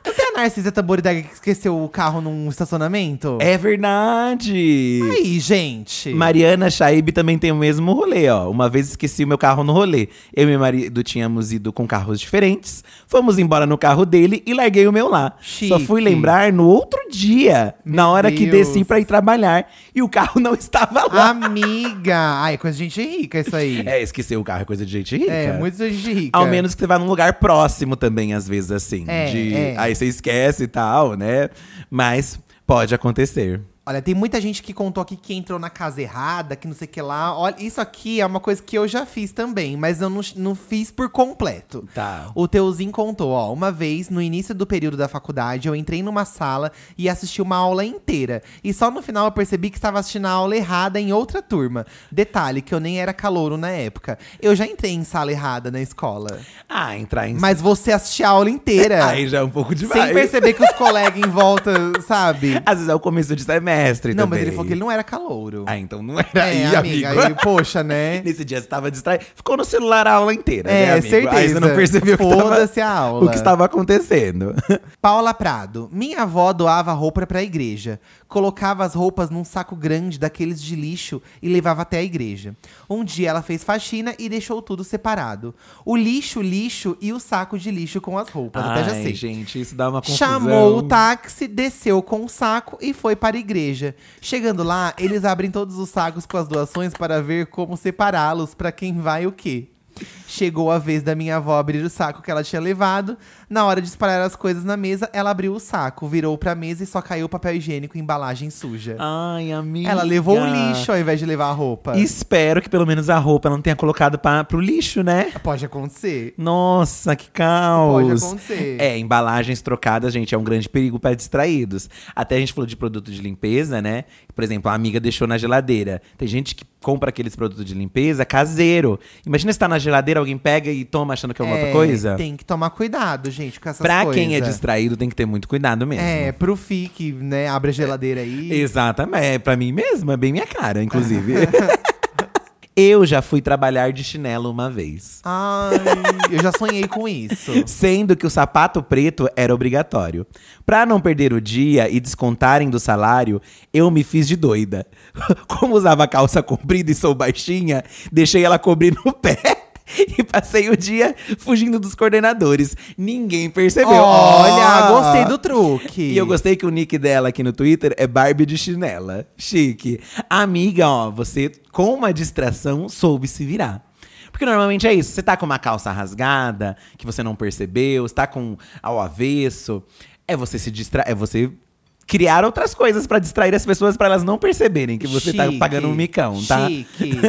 S1: Não tem a Narcisa Tamboridega que esqueceu o carro num estacionamento?
S2: É verdade!
S1: Aí, gente.
S2: Mariana Shaib também tem o mesmo rolê, ó. Uma vez esqueci o meu carro no rolê. Eu e meu marido tínhamos ido com carros diferentes. Fomos embora no carro dele e larguei o meu lá. Só
S1: Chique.
S2: fui lembrar no outro dia, na hora que
S1: Deus. Ah.
S2: desci pra ir trabalhar e o carro não estava lá.
S1: Amiga! Ai, é coisa de gente rica isso aí.
S2: É, esquecer o carro é coisa de gente rica.
S1: É, muito gente rica.
S2: Ao menos que você vá num lugar próximo também, às vezes, assim.
S1: É,
S2: de-
S1: é.
S2: Aí você esquece e tal, né? Mas pode acontecer.
S1: Olha, tem muita gente que contou aqui que entrou na casa errada, que não sei o que lá. Olha, isso aqui é uma coisa que eu já fiz também, mas eu não, não fiz por completo.
S2: Tá.
S1: O Teuzinho contou, ó, uma vez, no início do período da faculdade, eu entrei numa sala e assisti uma aula inteira. E só no final eu percebi que estava assistindo a aula errada em outra turma. Detalhe, que eu nem era calouro na época. Eu já entrei em sala errada na escola.
S2: Ah, entrar em.
S1: Mas você assistir a aula inteira
S2: Aí já é um pouco demais.
S1: sem perceber que os colegas em volta, sabe?
S2: Às vezes é o começo de mestre
S1: Não,
S2: também.
S1: mas ele falou que ele não era calouro.
S2: Ah, então não era
S1: É,
S2: aí,
S1: amiga,
S2: amigo.
S1: aí, poxa, né?
S2: Nesse dia você tava distraído. Ficou no celular a aula inteira,
S1: É,
S2: né, amigo?
S1: certeza.
S2: Aí você não percebeu o que tava-
S1: Foda-se a aula.
S2: o que estava acontecendo.
S1: Paula Prado. Minha avó doava roupa pra igreja. Colocava as roupas num saco grande daqueles de lixo e levava até a igreja. Um dia ela fez faxina e deixou tudo separado. O lixo, lixo e o saco de lixo com as roupas. até já
S2: Ai,
S1: sei.
S2: gente, isso dá uma confusão.
S1: Chamou o táxi, desceu com o saco e foi para a igreja. Chegando lá, eles abrem todos os sacos com as doações para ver como separá-los para quem vai o quê. Chegou a vez da minha avó abrir o saco que ela tinha levado. Na hora de espalhar as coisas na mesa, ela abriu o saco, virou para a mesa e só caiu papel higiênico e embalagem suja.
S2: Ai, amiga.
S1: Ela levou o lixo ao invés de levar a roupa.
S2: Espero que pelo menos a roupa não tenha colocado pra, pro lixo, né?
S1: Pode acontecer.
S2: Nossa, que caos.
S1: Pode acontecer.
S2: É, embalagens trocadas, gente, é um grande perigo para distraídos. Até a gente falou de produto de limpeza, né? Por exemplo, a amiga deixou na geladeira. Tem gente que compra aqueles produtos de limpeza caseiro. Imagina se tá na geladeira, alguém pega e toma achando que é uma outra
S1: É,
S2: coisa.
S1: Tem que tomar cuidado, gente, com essas
S2: Pra
S1: coisas.
S2: quem é distraído, tem que ter muito cuidado mesmo.
S1: É, pro fique, né? Abre a geladeira aí.
S2: Exatamente, é pra mim mesmo, é bem minha cara, inclusive. Eu já fui trabalhar de chinelo uma vez.
S1: Ai, eu já sonhei com isso.
S2: Sendo que o sapato preto era obrigatório. Pra não perder o dia e descontarem do salário, eu me fiz de doida. Como usava calça comprida e sou baixinha, deixei ela cobrir no pé. E passei o dia fugindo dos coordenadores. Ninguém percebeu.
S1: Olha,
S2: Ó!
S1: gostei do truque.
S2: Ah. E eu gostei que o nick dela aqui no Twitter é Barbie de chinela. Chique. Amiga, ó, você com uma distração soube se virar. Porque normalmente é isso, você tá com uma calça rasgada, que você não percebeu, você tá com ao avesso, é você se distrair, é você criar outras coisas pra distrair as pessoas pra elas não perceberem que você tá
S1: Chique,
S2: pagando um micão, tá?
S1: Chique.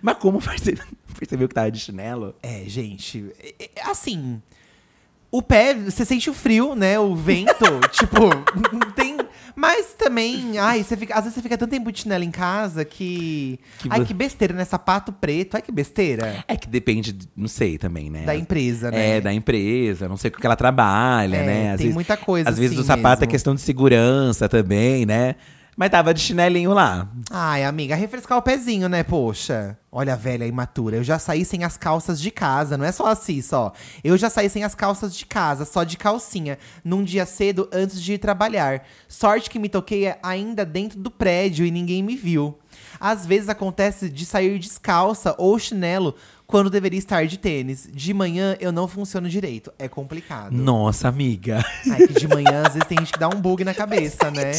S2: Mas como perce- percebeu que tava de chinelo?
S1: É, gente, é- é- assim. O pé, você sente o frio, né? O vento, tipo, não tem. Mas também, ai, você fica, às vezes você fica tanto tempo de chinelo em casa que.
S2: Que
S1: ai,
S2: vo-
S1: que besteira, né? Sapato preto, ai, que besteira.
S2: É que depende, de- não sei também, né?
S1: Da empresa, né?
S2: É, da empresa, não sei com que ela trabalha,
S1: É,
S2: né?
S1: tem muita coisa
S2: Às vezes
S1: assim
S2: o sapato é
S1: mesmo.
S2: questão de segurança também, né? Mas tava de chinelinho lá.
S1: Ai, amiga, refrescar o pezinho, né, poxa? Olha, a velha imatura, eu já saí sem as calças de casa, não é só assim, só. Eu já saí sem as calças de casa, só de calcinha, num dia cedo antes de ir trabalhar. Sorte que me toquei ainda dentro do prédio e ninguém me viu. Às vezes acontece de sair descalça ou chinelo quando deveria estar de tênis. De manhã eu não funciono direito, é complicado.
S2: Nossa, amiga.
S1: Ai, que de manhã às vezes tem gente que dá um bug na cabeça, né?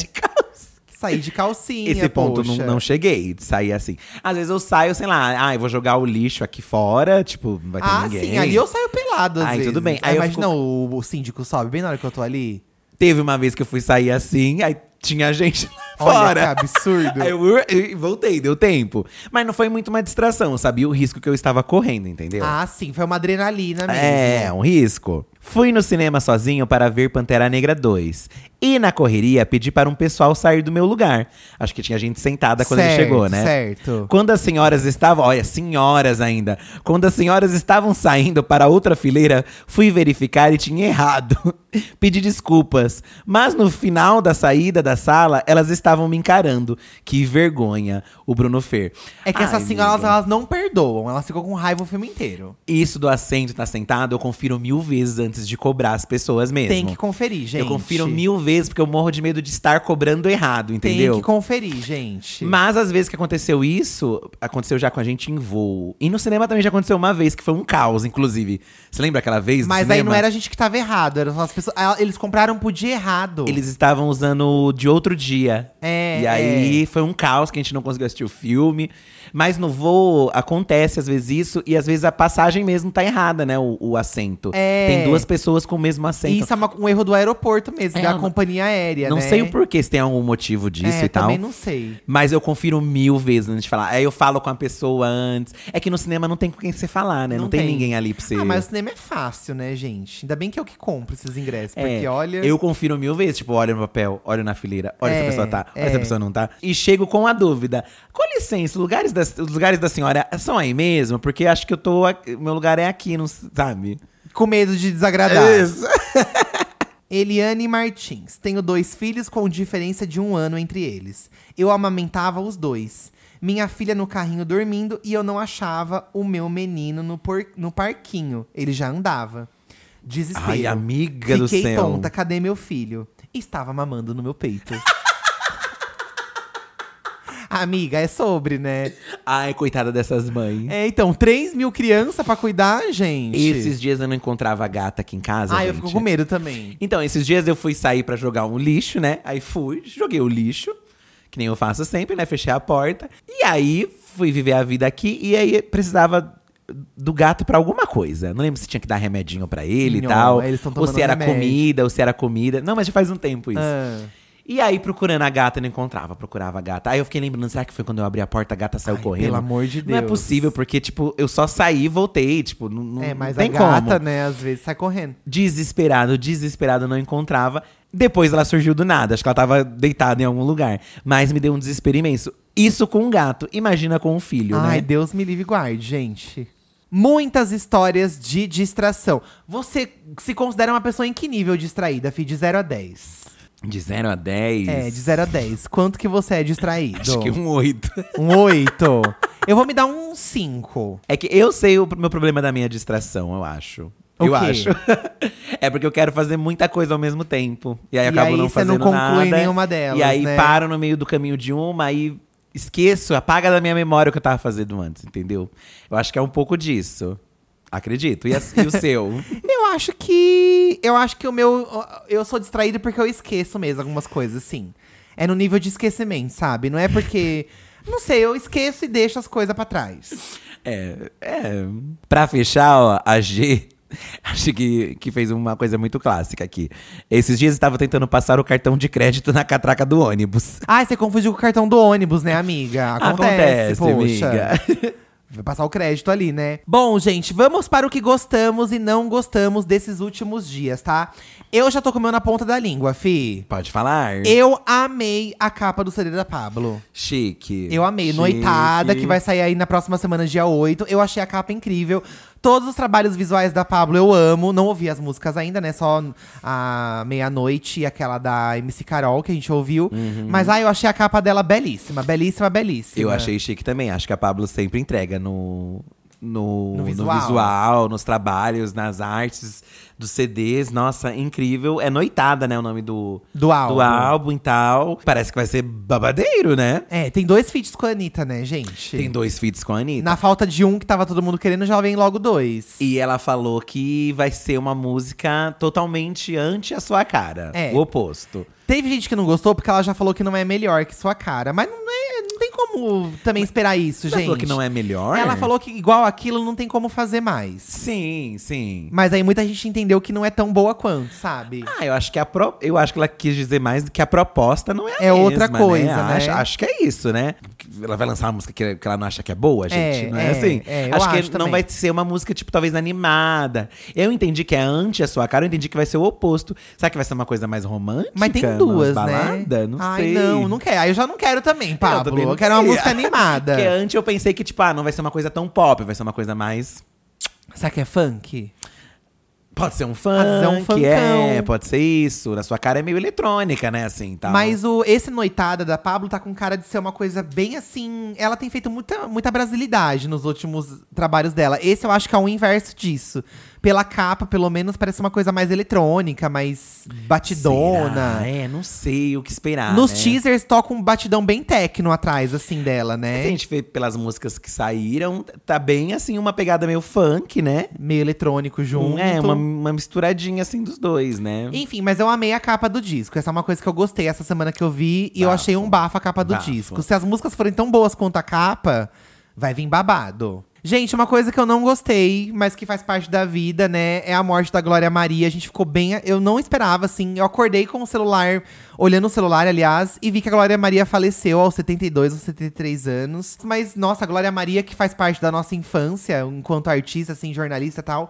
S1: Sair de calcinha,
S2: Esse ponto não,
S1: é, poxa.
S2: não cheguei, de sair assim. Às vezes eu saio, sei lá, ah, eu vou jogar o lixo aqui fora, tipo, não vai ter
S1: Ah,
S2: ninguém.
S1: sim, ali eu saio pelado, às
S2: Ai,
S1: vezes.
S2: tudo bem. Aí eu
S1: imagina o, o síndico sobe bem na hora que eu tô ali.
S2: Teve uma vez que eu fui sair assim, aí tinha gente lá
S1: Olha,
S2: fora.
S1: que absurdo.
S2: Aí eu, ur- e voltei, deu tempo. Mas não foi muito uma distração, sabia o risco que eu estava correndo, entendeu?
S1: Ah, sim, foi uma adrenalina mesmo. né?
S2: É, um risco. Fui no cinema sozinho para ver Pantera Negra 2. E na correria pedi para um pessoal sair do meu lugar. Acho que tinha gente sentada quando
S1: Certo,
S2: ele chegou, né?
S1: certo.
S2: Quando as senhoras estavam, olha, senhoras ainda. Quando as senhoras estavam saindo para outra fileira, fui verificar e tinha errado. Pedi desculpas, mas no final da saída da sala, elas estavam me encarando. Que vergonha, o Bruno Fer.
S1: É que essas
S2: Ai,
S1: senhoras,
S2: amiga.
S1: elas não perdoam. Elas ficam com raiva o filme inteiro.
S2: Isso do assento tá sentado, eu confiro mil vezes antes de cobrar as pessoas mesmo.
S1: Tem que conferir, gente.
S2: Eu confiro mil vezes, porque eu morro de medo de estar cobrando errado,
S1: Tem
S2: entendeu?
S1: que conferir, gente.
S2: Mas às vezes que aconteceu isso, aconteceu já com a gente em voo. E no cinema também já aconteceu uma vez, que foi um caos, inclusive. Você lembra aquela vez? do
S1: Mas aí
S2: cinema?
S1: não era a gente que tava errado. Eram as pessoas… ah, Eles compraram pro dia errado.
S2: Tipo, Eles estavam usando de outro dia.
S1: É,
S2: E aí foi um caos que a gente não conseguiu assistir o filme. Mas no voo acontece às vezes isso, e às vezes a passagem mesmo tá errada, né? O, o assento.
S1: É.
S2: Tem duas pessoas com o mesmo
S1: E
S2: assento.
S1: Isso é uma- um erro do aeroporto mesmo,
S2: É,
S1: da
S2: uma-
S1: companhia aérea,
S2: não
S1: né?
S2: sei o porquê, se tem algum motivo disso
S1: É,
S2: e tal.
S1: também não sei.
S2: Mas eu confiro mil vezes antes de falar. Aí eu falo com a pessoa antes. É que no cinema não tem com quem você falar, né? Não,
S1: Não
S2: tem,
S1: tem.
S2: ninguém ali pra você.
S1: Ah, mas o cinema é fácil, né, gente? Ainda bem que eu que compro esses ingressos,
S2: É,
S1: porque olha.
S2: Eu confiro mil vezes. Tipo, olho no papel, olho na fileira, olha se
S1: É,
S2: a pessoa tá, olha
S1: é.
S2: se a pessoa não tá. E chego com a dúvida. Com licença, os lugares da, os lugares da senhora são aí mesmo? Porque acho que eu tô. aqui- Meu lugar é aqui, não s- sabe?
S1: com medo de desagradar.
S2: É isso.
S1: Eliane Martins. Tenho dois filhos com diferença de um ano entre eles. Eu amamentava os dois. Minha filha no carrinho dormindo e eu não achava o meu menino no, por- no parquinho. Ele já andava. Desespero.
S2: Ai, amiga do
S1: Fiquei
S2: céu.
S1: tonta, cadê meu filho? Estava mamando no meu peito. Amiga, é sobre, né?
S2: Ai, coitada dessas mães.
S1: É, então, 3 mil crianças pra cuidar, É, gente.
S2: Esses dias eu não encontrava a gata aqui em casa.
S1: Ah, eu
S2: gente.
S1: fico com medo também.
S2: Então, esses dias eu fui sair pra jogar um lixo, né? Aí fui, joguei o lixo, que nem eu faço sempre, né? Fechei a porta. E aí fui viver a vida aqui e aí precisava do gato pra alguma coisa. Não lembro se tinha que dar remedinho pra ele
S1: Não,
S2: e tal.
S1: eles tão
S2: ou
S1: tomando
S2: se era
S1: remédio.
S2: comida, ou se era comida. Não, mas já faz um tempo isso.
S1: Ah.
S2: E aí, procurando a gata, não encontrava, procurava a gata. Aí eu fiquei lembrando, será que foi quando eu abri a porta, a gata saiu
S1: Ai,
S2: correndo?
S1: pelo amor de
S2: Não é
S1: Deus.
S2: possível, porque, tipo, eu só saí e voltei, tipo, não, não,
S1: É, mas
S2: não
S1: a
S2: tem
S1: gata,
S2: como
S1: né, às vezes sai correndo.
S2: desesperado, desesperado, não encontrava. Depois ela surgiu do nada, acho que ela tava deitada em algum lugar. Mas me deu um desespero imenso. Isso com um gato, imagina com um filho,
S1: Ai,
S2: né?
S1: Deus me livre e guarde, gente. Muitas histórias de distração. Você se considera uma pessoa em que nível distraída, Fih? De 0 a 10.
S2: De 0 a 10.
S1: É, de 0 a 10. Quanto que você é distraído?
S2: Acho que um 8.
S1: Um 8. Eu vou me dar um 5.
S2: É que eu sei o meu problema da minha distração, eu acho.
S1: O
S2: eu
S1: quê?
S2: acho. é porque eu quero fazer muita coisa ao mesmo tempo. E aí
S1: E
S2: acabo
S1: aí
S2: não
S1: você não
S2: fazendo
S1: conclui
S2: nada.
S1: nenhuma delas,
S2: E aí
S1: né?
S2: paro no meio do caminho de uma, aí esqueço, apaga da minha memória o que eu tava fazendo antes, entendeu? Eu acho que é um pouco disso. Acredito. E, as- e o seu?
S1: Eu acho que. Eu acho que o meu. Eu sou distraído porque eu esqueço mesmo algumas coisas, sim. É no nível de esquecimento, sabe? Não é porque. Não sei, eu esqueço e deixo as coisas pra trás.
S2: É, é. Pra fechar, ó, a G. Acho que, que fez uma coisa muito clássica aqui. Esses dias estava tentando passar o cartão de crédito na catraca do ônibus.
S1: Ai, você confundiu com o cartão do ônibus, né, amiga? Acontece,
S2: Acontece,
S1: poxa.
S2: amiga.
S1: Vai passar o crédito ali, né? Bom, gente, vamos para o que gostamos e não gostamos desses últimos dias, tá? Eu já tô com o meu na ponta da língua, fi.
S2: Pode falar.
S1: Eu amei a capa do CD da Pablo.
S2: Chique.
S1: Eu amei.
S2: Chique.
S1: Noitada, que vai sair aí na próxima semana, dia 8. Eu achei a capa incrível. Todos os trabalhos visuais da Pablo eu amo. Não ouvi as músicas ainda, né? Só a Meia-Noite e aquela da MC Carol que a gente ouviu. Mas ah, eu achei a capa dela belíssima, belíssima, belíssima.
S2: Uhum. Eu achei chique também. Acho que a Pablo sempre entrega no. No,
S1: No
S2: no,
S1: visual.
S2: visual. nos trabalhos, nas artes, dos CDs. Nossa, incrível. É Noitada, né? O nome do,
S1: Do álbum.
S2: do álbum e tal. Parece que vai ser babadeiro, né?
S1: É, tem dois feats com a Anitta, né, gente?
S2: Tem dois feats com a Anitta.
S1: Na falta de um que tava todo mundo querendo, já vem logo dois.
S2: E ela falou que vai ser uma música totalmente anti a sua cara.
S1: É.
S2: O oposto.
S1: Teve gente que não gostou porque ela já falou que não é melhor que sua cara. Mas não, é- não tem como também esperar isso,
S2: Ela
S1: gente.
S2: falou que não é melhor?
S1: Ela falou que igual aquilo não tem como fazer mais.
S2: Sim, sim.
S1: Mas aí muita gente entendeu que não é tão boa quanto, sabe?
S2: Ah, eu acho que a pro... eu acho que ela quis dizer mais que a proposta não é a
S1: É outra
S2: mesma,
S1: coisa, né?
S2: Acho, acho que é isso, né? Ela vai lançar uma música que, que ela não acha que é boa, gente.
S1: É,
S2: não é,
S1: é,
S2: assim?
S1: é, eu
S2: acho que
S1: acho
S2: não
S1: também.
S2: vai ser uma música, tipo, talvez animada. Eu entendi que é anti a sua cara, eu entendi que vai ser o oposto. Será que vai ser uma coisa mais romântica?
S1: Mas tem
S2: mais
S1: duas, né?
S2: balada? Não
S1: Ai,
S2: sei.
S1: não, não quero. Aí eu já não quero também, Pablo. Eu,
S2: também não
S1: quero uma
S2: sei.
S1: música animada.
S2: Porque antes eu pensei que, é tipo, ah, não vai ser uma coisa tão pop, vai ser uma coisa mais.
S1: Será que é funk?
S2: Pode ser um
S1: vezes é um
S2: funk, é,
S1: funkão.
S2: pode ser isso. Na sua cara é meio eletrônica, né, assim, tal.
S1: Mas o, esse Noitada da Pablo tá com cara de ser uma coisa bem assim. Ela tem feito muita, muita brasilidade nos últimos trabalhos dela. Esse eu acho que é o inverso disso. Pela capa, pelo menos, parece uma coisa mais eletrônica, mais batidona.
S2: Será? É, não sei o que esperar.
S1: Nos
S2: né?
S1: teasers toca um batidão bem techno atrás, assim, dela,
S2: Se a
S1: né?
S2: gente vê pelas músicas que saíram, tá bem assim, uma pegada meio funk, né?
S1: Meio eletrônico junto. Então,
S2: É, uma, uma misturadinha assim dos dois, né?
S1: Enfim, mas eu amei a capa do disco. Essa é uma coisa que eu gostei essa semana que eu vi. E eu
S2: Bafo.
S1: achei um bafo a capa do
S2: Bafo.
S1: disco. Se as músicas forem tão boas quanto a capa, vai vir babado. Gente, uma coisa que eu não gostei, mas que faz parte da vida, né? É a morte da Glória Maria. A gente ficou bem. Eu não esperava, assim. Eu acordei com o celular, olhando o celular, aliás, e vi que a Glória Maria faleceu aos 72 ou 73 anos. Mas, nossa, a Glória Maria, que faz parte da nossa infância, enquanto artista, assim, jornalista e tal.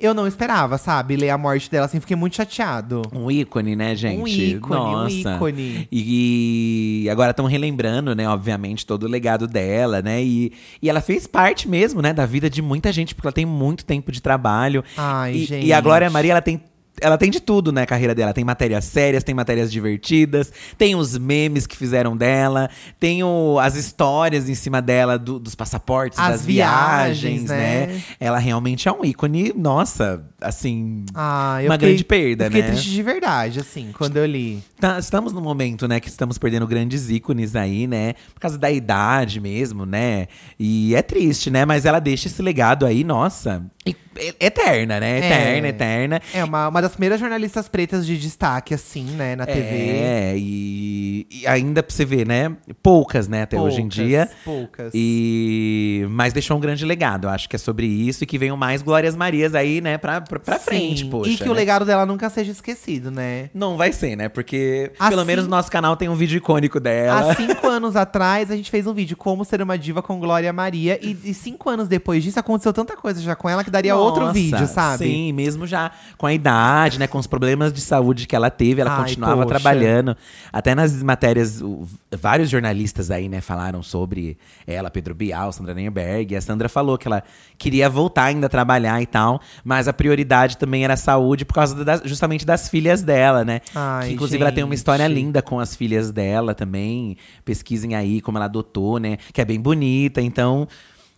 S1: Eu não esperava, sabe? Ler a morte dela, assim, fiquei muito chateado.
S2: Um ícone, né, gente?
S1: Um ícone, um
S2: Nossa.
S1: ícone.
S2: E agora estão relembrando, né, obviamente, todo o legado dela, né? E, e ela fez parte mesmo, né, da vida de muita gente, porque ela tem muito tempo de trabalho.
S1: Ai,
S2: e,
S1: gente.
S2: E a Glória Maria, ela tem. ela tem de tudo, né, a carreira dela. Tem matérias sérias, tem matérias divertidas, tem os memes que fizeram dela, tem o- as histórias em cima dela do- dos passaportes,
S1: As
S2: das viagens,
S1: viagens,
S2: né?
S1: né?
S2: Ela realmente é um ícone, nossa, assim,
S1: Ah,
S2: uma
S1: fiquei-
S2: grande perda,
S1: eu fiquei
S2: né?
S1: triste de verdade, assim, quando eu li.
S2: Tá- estamos num momento, né, que estamos perdendo grandes ícones aí, né? Por causa da idade mesmo, né? E é triste, né? Mas ela deixa esse legado aí, nossa, e- e- eterna, né? Eterna,
S1: É.
S2: eterna.
S1: É uma, uma das primeiras jornalistas pretas de destaque, assim, né, na TV.
S2: É, e, e ainda pra você ver, né? Poucas, né, até hoje em
S1: Poucas,
S2: dia.
S1: Poucas.
S2: E mas deixou um grande legado. Eu acho que é sobre isso e que venham mais Glórias Marias aí, né, pra, pra, pra
S1: Sim,
S2: frente, poxa.
S1: E que o
S2: né?
S1: legado dela nunca seja esquecido, né?
S2: Não vai ser, né? Porque pelo
S1: Assim-
S2: menos no nosso canal tem um vídeo icônico dela.
S1: Há cinco anos atrás, a gente fez um vídeo Como Ser Uma Diva com Glória Maria. E, e cinco anos depois disso, aconteceu tanta coisa já com ela que daria outro
S2: Nossa,
S1: vídeo, sabe?
S2: Sim, mesmo já com a idade, né? Com os problemas de saúde que ela teve, ela
S1: Ai,
S2: continuava
S1: poxa.
S2: trabalhando. Até nas matérias, o- vários jornalistas aí, né, falaram sobre ela, Pedro Bial, Sandra Nenberg. E a Sandra falou que ela queria voltar ainda a trabalhar e tal, mas a prioridade também era a saúde por causa da- justamente das filhas dela, né?
S1: Ai,
S2: que, inclusive, ela tem uma
S1: gente.
S2: história linda com as filhas dela também. Pesquisem aí como ela adotou, né? Que é bem bonita, então.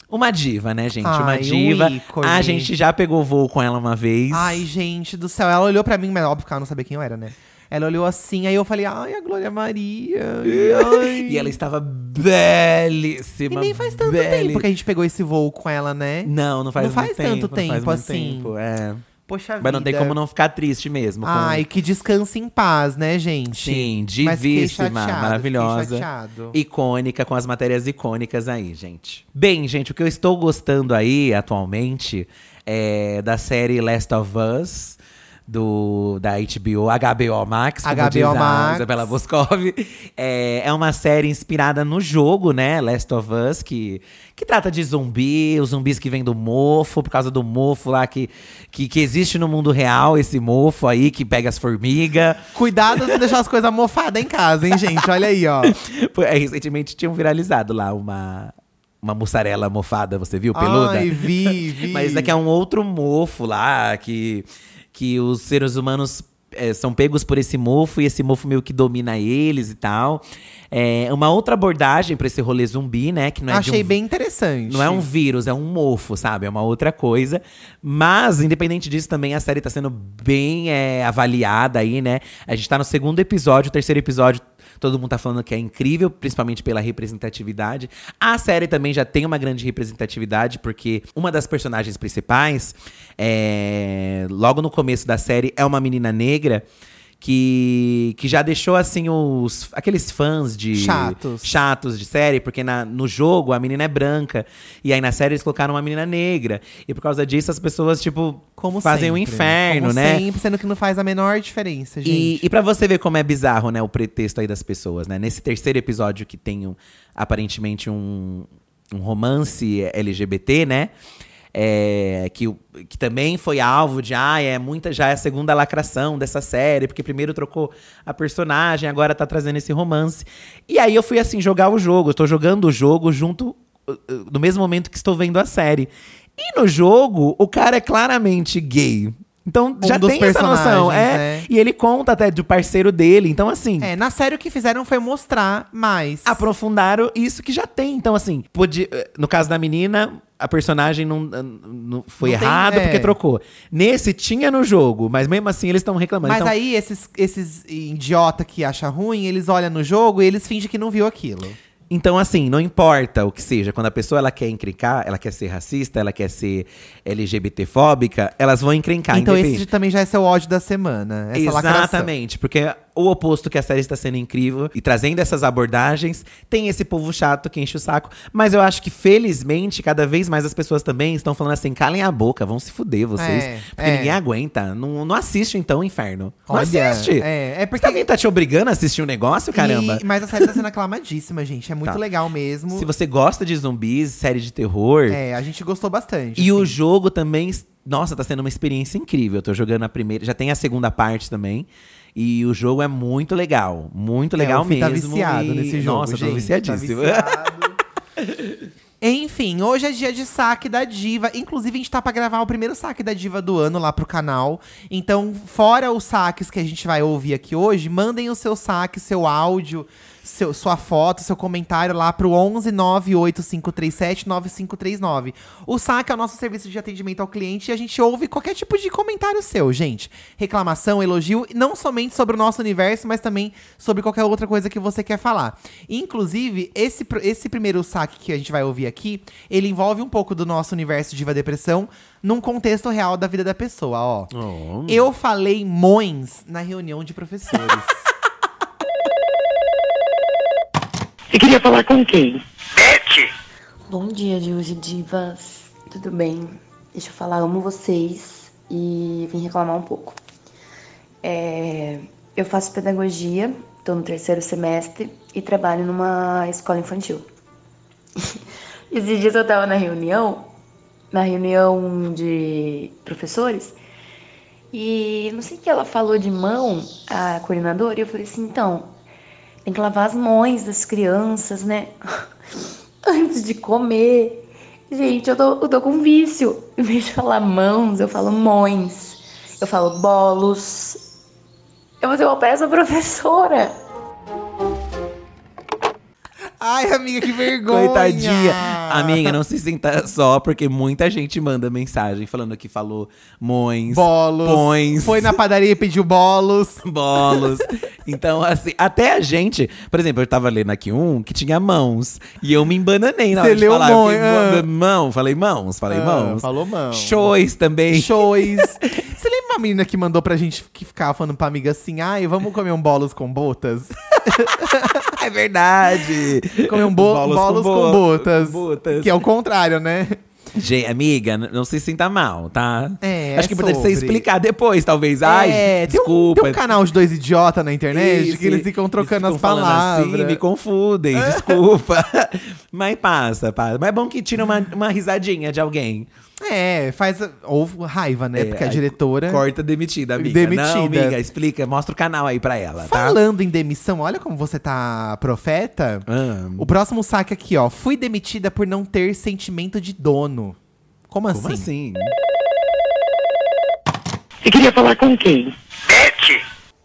S2: Uma diva, né, gente? uma
S1: Ai, um
S2: diva.
S1: ícone.
S2: A gente gente já pegou voo com ela uma vez.
S1: Ai, gente do céu. Ela olhou pra mim, mas óbvio que ela não sabia quem eu era, né? Ela olhou assim, aí eu falei, ai, a Glória Maria. ai, ai.
S2: E ela estava belíssima.
S1: E nem faz tanto
S2: beli-
S1: tempo que a gente pegou esse voo com ela, né?
S2: Não, não faz,
S1: Não
S2: muito
S1: faz
S2: tempo,
S1: tanto
S2: não faz
S1: tempo,
S2: muito
S1: assim.
S2: tempo, é.
S1: Poxa vida.
S2: Mas não tem como não ficar triste mesmo. com-
S1: Ai, que descanse em paz, né, gente?
S2: Sim,
S1: Mas fiquei
S2: divíssima,
S1: chateado, fiquei
S2: maravilhosa.
S1: chateado.
S2: Icônica, com as matérias icônicas aí, gente. Bem, gente, o que eu estou gostando aí atualmente é da série Last of Us. Do, da HBO, HBO Max, como
S1: HBO
S2: diz a
S1: Max.
S2: Isabela Boscov. É, é uma série inspirada no jogo, né, Last of Us, que, que trata de zumbi, os zumbis que vêm do mofo, por causa do mofo lá que, que, que existe no mundo real, esse mofo aí que pega as formigas.
S1: Cuidado de deixar as coisas mofadas em casa, hein, gente? Olha aí, ó.
S2: Foi- é, recentemente tinham viralizado lá uma, uma mussarela mofada, você viu? Peluda.
S1: Ai, vi, vi.
S2: Mas isso aqui é um outro mofo lá, que, que os seres humanos é, são pegos por esse mofo e esse mofo meio que domina eles e tal. É uma outra abordagem pra esse rolê zumbi, né? Que não é de um
S1: Achei bem interessante.
S2: não é um vírus, é um mofo, sabe? É uma outra coisa. Mas, independente disso, também a série tá sendo bem é, avaliada aí, né? A gente tá no segundo episódio, o terceiro episódio. Todo mundo tá falando que é incrível, principalmente pela representatividade. A série também já tem uma grande representatividade, porque uma das personagens principais, é, logo no começo da série, é uma menina negra que, que já deixou, assim, os aqueles fãs de
S1: Chatos.
S2: chatos de série, porque na- no jogo a menina é branca. E aí na série eles colocaram uma menina negra. E por causa disso as pessoas, tipo,
S1: Como
S2: fazem o
S1: sempre.
S2: inferno,
S1: Como
S2: né?
S1: sempre, sendo que não faz a menor diferença,
S2: E,
S1: gente.
S2: e para você ver como é bizarro, né, o pretexto aí das pessoas, né? Nesse terceiro episódio que tem um- aparentemente um, um romance LGBT, né? É, que, o- que também foi alvo de ah, é muita já é a segunda lacração dessa série, porque primeiro trocou a personagem, agora tá trazendo esse romance. E aí eu fui assim jogar o jogo, eu tô jogando o jogo junto uh, uh, no mesmo momento que estou vendo a série. E no jogo, o cara é claramente gay. Então
S1: Um
S2: já
S1: dos
S2: tem essa noção.
S1: personagens,
S2: É,
S1: né?
S2: e ele conta até do parceiro dele. Então, assim,
S1: É, na série o que fizeram foi mostrar mais.
S2: aprofundaram isso que já tem. Então, assim, pode, eh, no caso da menina, a personagem não, eh, não- foi
S1: Não tem-
S2: errado
S1: é.
S2: porque trocou. Nesse tinha no jogo, mas mesmo assim eles estão reclamando.
S1: Mas
S2: Então,
S1: aí, esses, esses idiota que acha ruim, eles olham no jogo e eles fingem que não viu aquilo.
S2: Então, assim, não importa o que seja, quando a pessoa ela quer encrencar, ela quer ser racista, ela quer ser LGBTfóbica, elas vão encrencar.
S1: então
S2: independente.
S1: esse também já é seu ódio da semana. Essa lacração.
S2: Exatamente, porque o oposto que a série está sendo incrível e trazendo essas abordagens, tem esse povo chato que enche o saco. Mas eu acho que, felizmente, cada vez mais as pessoas também estão falando assim: calem a boca, vão se fuder vocês.
S1: É,
S2: porque
S1: é.
S2: ninguém aguenta. Não, não assiste, então, inferno. não
S1: Olha,
S2: assiste.
S1: É, é
S2: Porque
S1: porque.
S2: alguém tá te obrigando a assistir um negócio, caramba.
S1: E- mas a série tá sendo aclamadíssima, gente. É muito
S2: Tá.
S1: legal mesmo.
S2: Se você gosta de zumbis, série de terror,
S1: É, a gente gostou bastante.
S2: E o
S1: assim.
S2: jogo também. Nossa, tá sendo uma experiência incrível. Eu tô jogando a primeira. Já tem a segunda parte também. E o jogo é muito legal. Muito
S1: É,
S2: legal
S1: o Fih tá
S2: mesmo.
S1: viciado
S2: e-
S1: nesse jogo, tá
S2: Nossa,
S1: gente.
S2: tô viciadíssimo.
S1: Tá viciado. Enfim, hoje é dia de saque da diva. Inclusive, a gente tá pra gravar o primeiro saque da diva do ano lá pro canal. Então, fora os saques que a gente vai ouvir aqui hoje, mandem o seu saque, seu áudio, seu- sua foto, seu comentário lá pro 11 98537 9539. O SAC é o nosso serviço de atendimento ao cliente e a gente ouve qualquer tipo de comentário seu, gente. Reclamação, elogio, e não somente sobre o nosso universo, mas também sobre qualquer outra coisa que você quer falar. Inclusive, esse, pr- esse primeiro saque que a gente vai ouvir aqui, ele envolve um pouco do nosso universo Diva Depressão num contexto real da vida da pessoa, ó.
S2: Oh.
S1: Eu falei mões na reunião de professores.
S3: Você queria falar com quem?
S4: Bom dia, Dios e Divas. Tudo bem? Deixa eu falar, amo vocês e vim reclamar um pouco. É, eu faço pedagogia, estou no terceiro semestre e trabalho numa escola infantil. Esses dias eu estava na reunião, na reunião de professores, e não sei o que ela falou de mão, a coordenadora, e eu falei assim, então, tem que lavar as mãos das crianças, né? Antes de comer. Gente, eu tô, eu tô com vício. Em vez de falar mãos, eu falo mães. Eu falo bolos. Eu vou ser uma peça professora.
S1: Ai, amiga, que vergonha!
S2: Coitadinha. Amiga, não se sinta só, porque muita gente manda mensagem falando que falou mões,
S1: Bolos.
S2: pões.
S1: Foi na padaria e pediu bolos.
S2: bolos. Então, assim, até a gente. Por exemplo, eu tava lendo aqui um que tinha mãos. E eu me embananei na
S1: Você
S2: hora de
S1: leu
S2: falar.
S1: mão,
S2: Eu fiquei,
S1: ah.
S2: "Mã- mão, falei mãos, falei
S1: Ah,
S2: mãos.
S1: Falou mão.
S2: Shows também.
S1: Shows. Você lembra uma menina que mandou pra gente que ficava falando pra amiga assim: ai, vamos comer um bolos com botas?
S2: é verdade.
S1: Comer um bo bolos, com,
S2: bo-
S1: botas,
S2: botas.
S1: Que é o contrário, né?
S2: Gente, amiga, n- não se sinta mal, tá?
S1: É,
S2: Acho que
S1: é
S2: poderia ser
S1: sobre.
S2: explicado depois, talvez. Ai,
S1: é, tem um-
S2: desculpa.
S1: Tem um, canal de dois idiotas na internet
S2: Isso,
S1: que eles ficam trocando as
S2: eles ficam falando
S1: palavras. É.
S2: Assim, me confundem, desculpa. Mas passa, passa. Mas é bom que tira uma, uma risadinha de alguém.
S1: É, faz. Ou raiva, né?
S2: É,
S1: Porque a
S2: aí
S1: diretora.
S2: Corta demitida, amiga.
S1: Demitida.
S2: Não, amiga, explica, mostra o canal aí pra ela, tá?
S1: Falando em demissão, olha como você tá profeta.
S2: Ah,
S1: O próximo saque aqui, ó. Fui demitida por não ter sentimento de dono. Como,
S2: como
S1: assim?
S2: assim?
S3: Você queria falar com quem?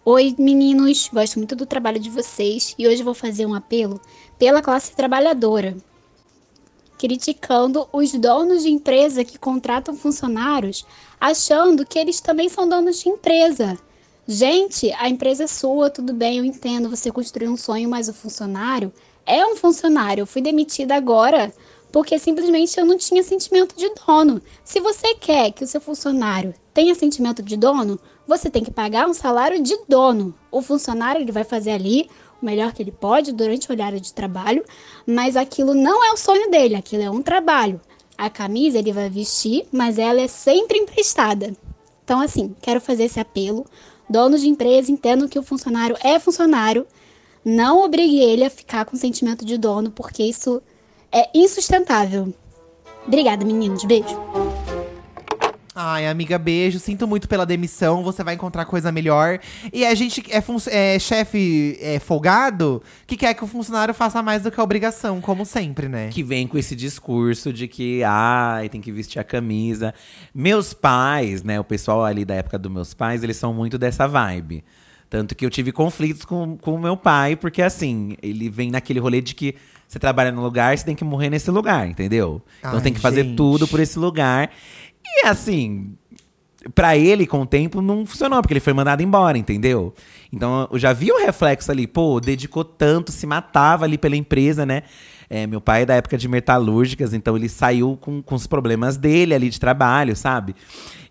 S5: Oi, meninos, gosto muito do trabalho de vocês e hoje vou fazer um apelo pela classe trabalhadora, criticando os donos de empresa que contratam funcionários, achando que eles também são donos de empresa. Gente, a empresa é sua, tudo bem, eu entendo, você construiu um sonho, mas o funcionário é um funcionário. Eu fui demitida agora porque simplesmente eu não tinha sentimento de dono. Se você quer que o seu funcionário tenha sentimento de dono, você tem que pagar um salário de dono. O funcionário ele vai fazer ali o melhor que ele pode durante o horário de trabalho, mas aquilo não é o sonho dele, aquilo é um trabalho. A camisa ele vai vestir, mas ela é sempre emprestada. Então, assim, quero fazer esse apelo. Donos de empresa entendam que o funcionário é funcionário. Não obrigue ele a ficar com sentimento de dono, porque isso é insustentável. Obrigada, meninos. Beijo.
S1: Ai, amiga, beijo. Sinto muito pela demissão. Você vai encontrar coisa melhor. E a gente é, fun- é chefe é, folgado que quer que o funcionário faça mais do que a obrigação, como sempre, né?
S2: que vem com esse discurso de que, ai, tem que vestir a camisa. Meus pais, né, o pessoal ali da época dos meus pais, eles são muito dessa vibe. Tanto que eu tive conflitos com com o meu pai, porque assim, ele vem naquele rolê de que você trabalha num lugar, você tem que morrer nesse lugar, entendeu? Então
S1: Ai,
S2: tem que fazer
S1: gente.
S2: tudo por esse lugar. E assim, Pra ele, com o tempo, não funcionou, porque ele foi mandado embora, entendeu? Então eu já vi o reflexo ali, pô, dedicou tanto, se matava ali pela empresa, né? É, meu pai é da época de metalúrgicas, então ele saiu com, com os problemas dele ali de trabalho, sabe?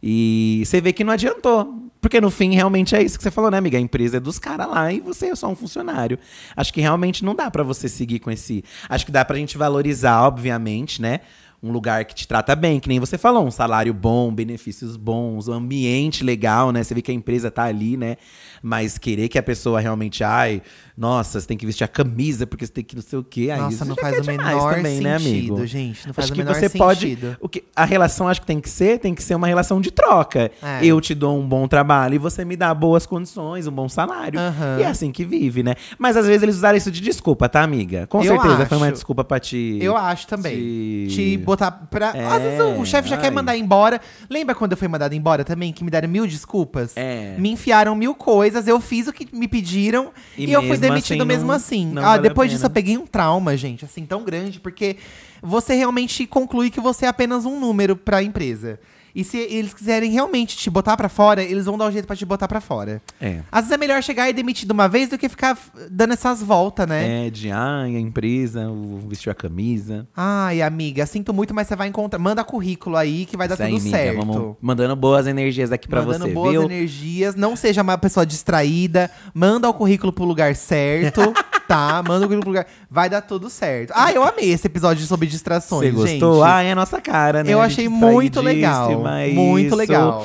S2: E você vê que não adiantou. Porque no fim, realmente é isso que você falou, né, amiga? A empresa é dos caras lá e você é só um funcionário. Acho que realmente não dá pra você seguir com esse. Acho que dá pra gente valorizar, obviamente, né? um lugar que te trata bem, que nem você falou, um salário bom, benefícios bons, um ambiente legal, né? Você vê que a empresa tá ali, né? Mas querer que a pessoa realmente, ai, nossa, você tem que vestir a camisa porque você tem que não sei o quê. aí
S1: Nossa,
S2: isso
S1: não
S2: já
S1: faz
S2: quer
S1: o
S2: demais
S1: menor
S2: também, né,
S1: sentido,
S2: amigo?
S1: gente. Não faz
S2: Acho
S1: o
S2: que
S1: menor
S2: você pode.
S1: sentido.
S2: O que, a relação acho que tem que ser, tem que ser uma relação de troca.
S1: É.
S2: Eu te dou um bom trabalho e você me dá boas condições, um bom salário.
S1: Aham.
S2: E é assim que vive, né? Mas às vezes eles usaram isso de desculpa, tá, amiga? Com
S1: Eu
S2: certeza foi uma
S1: acho.
S2: desculpa pra te.
S1: Eu acho também.
S2: Te...
S1: Te botar pra.
S2: É,
S1: Às vezes o chefe já
S2: ai.
S1: quer mandar embora. Lembra quando eu fui mandada embora também? Que me deram mil desculpas?
S2: É.
S1: Me enfiaram mil coisas, eu fiz o que me pediram
S2: E
S1: e, eu fui
S2: mesmo
S1: demitido
S2: assim,
S1: mesmo
S2: não-
S1: assim.
S2: não
S1: Ah,
S2: vale a
S1: depois disso
S2: pena.
S1: eu peguei um trauma, gente, assim, tão grande, porque você realmente conclui que você é apenas um número pra empresa. E se eles quiserem realmente te botar pra fora, eles vão dar um jeito pra te botar pra fora.
S2: É.
S1: Às vezes é melhor chegar e demitir de uma vez do que ficar f- dando essas voltas, né?
S2: É, de ai, a empresa, o vestiu a camisa.
S1: Ai, amiga, sinto muito, mas você vai encontrar. Manda currículo aí que vai dar
S2: Isso aí,
S1: tá tudo
S2: amiga,
S1: certo.
S2: é Vamos mandando boas energias aqui pra
S1: Mandando
S2: você,
S1: boas
S2: viu?
S1: energias. Não seja uma pessoa distraída. Manda o currículo pro lugar certo, tá? Manda o currículo pro lugar. Vai dar tudo certo. Ah, eu amei esse episódio sobre distrações,
S2: Você gostou?
S1: gente.
S2: Ah, é a nossa cara, né?
S1: Eu
S2: A
S1: achei
S2: gente
S1: muito
S2: distraidíssima,
S1: legal,
S2: é
S1: muito
S2: isso.
S1: legal.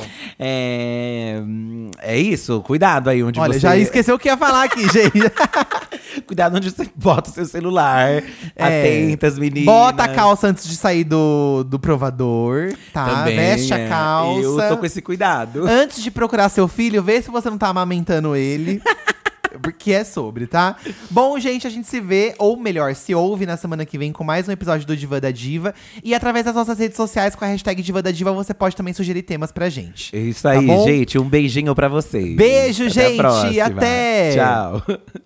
S2: É... hum, é isso, cuidado aí onde
S1: Olha,
S2: você…
S1: já esqueceu o que ia falar aqui, gente.
S2: Cuidado onde você bota o seu celular.
S1: É.
S2: Atentas, meninas.
S1: Bota a calça antes de sair do, do provador, tá?
S2: Também,
S1: Veste
S2: é.
S1: a calça.
S2: Eu tô com esse cuidado.
S1: Antes de procurar seu filho, vê se você não tá amamentando ele. Porque é sobre, tá? Bom, gente, a gente se vê, ou melhor, se ouve na semana que vem com mais um episódio do Diva da Diva. E através das nossas redes sociais com a hashtag Diva da Diva, você pode também sugerir temas pra gente.
S2: É isso aí,
S1: Tá bom?
S2: gente. Um beijinho pra vocês.
S1: Beijo,
S2: Até a
S1: gente,
S2: próxima.
S1: até.
S2: Tchau.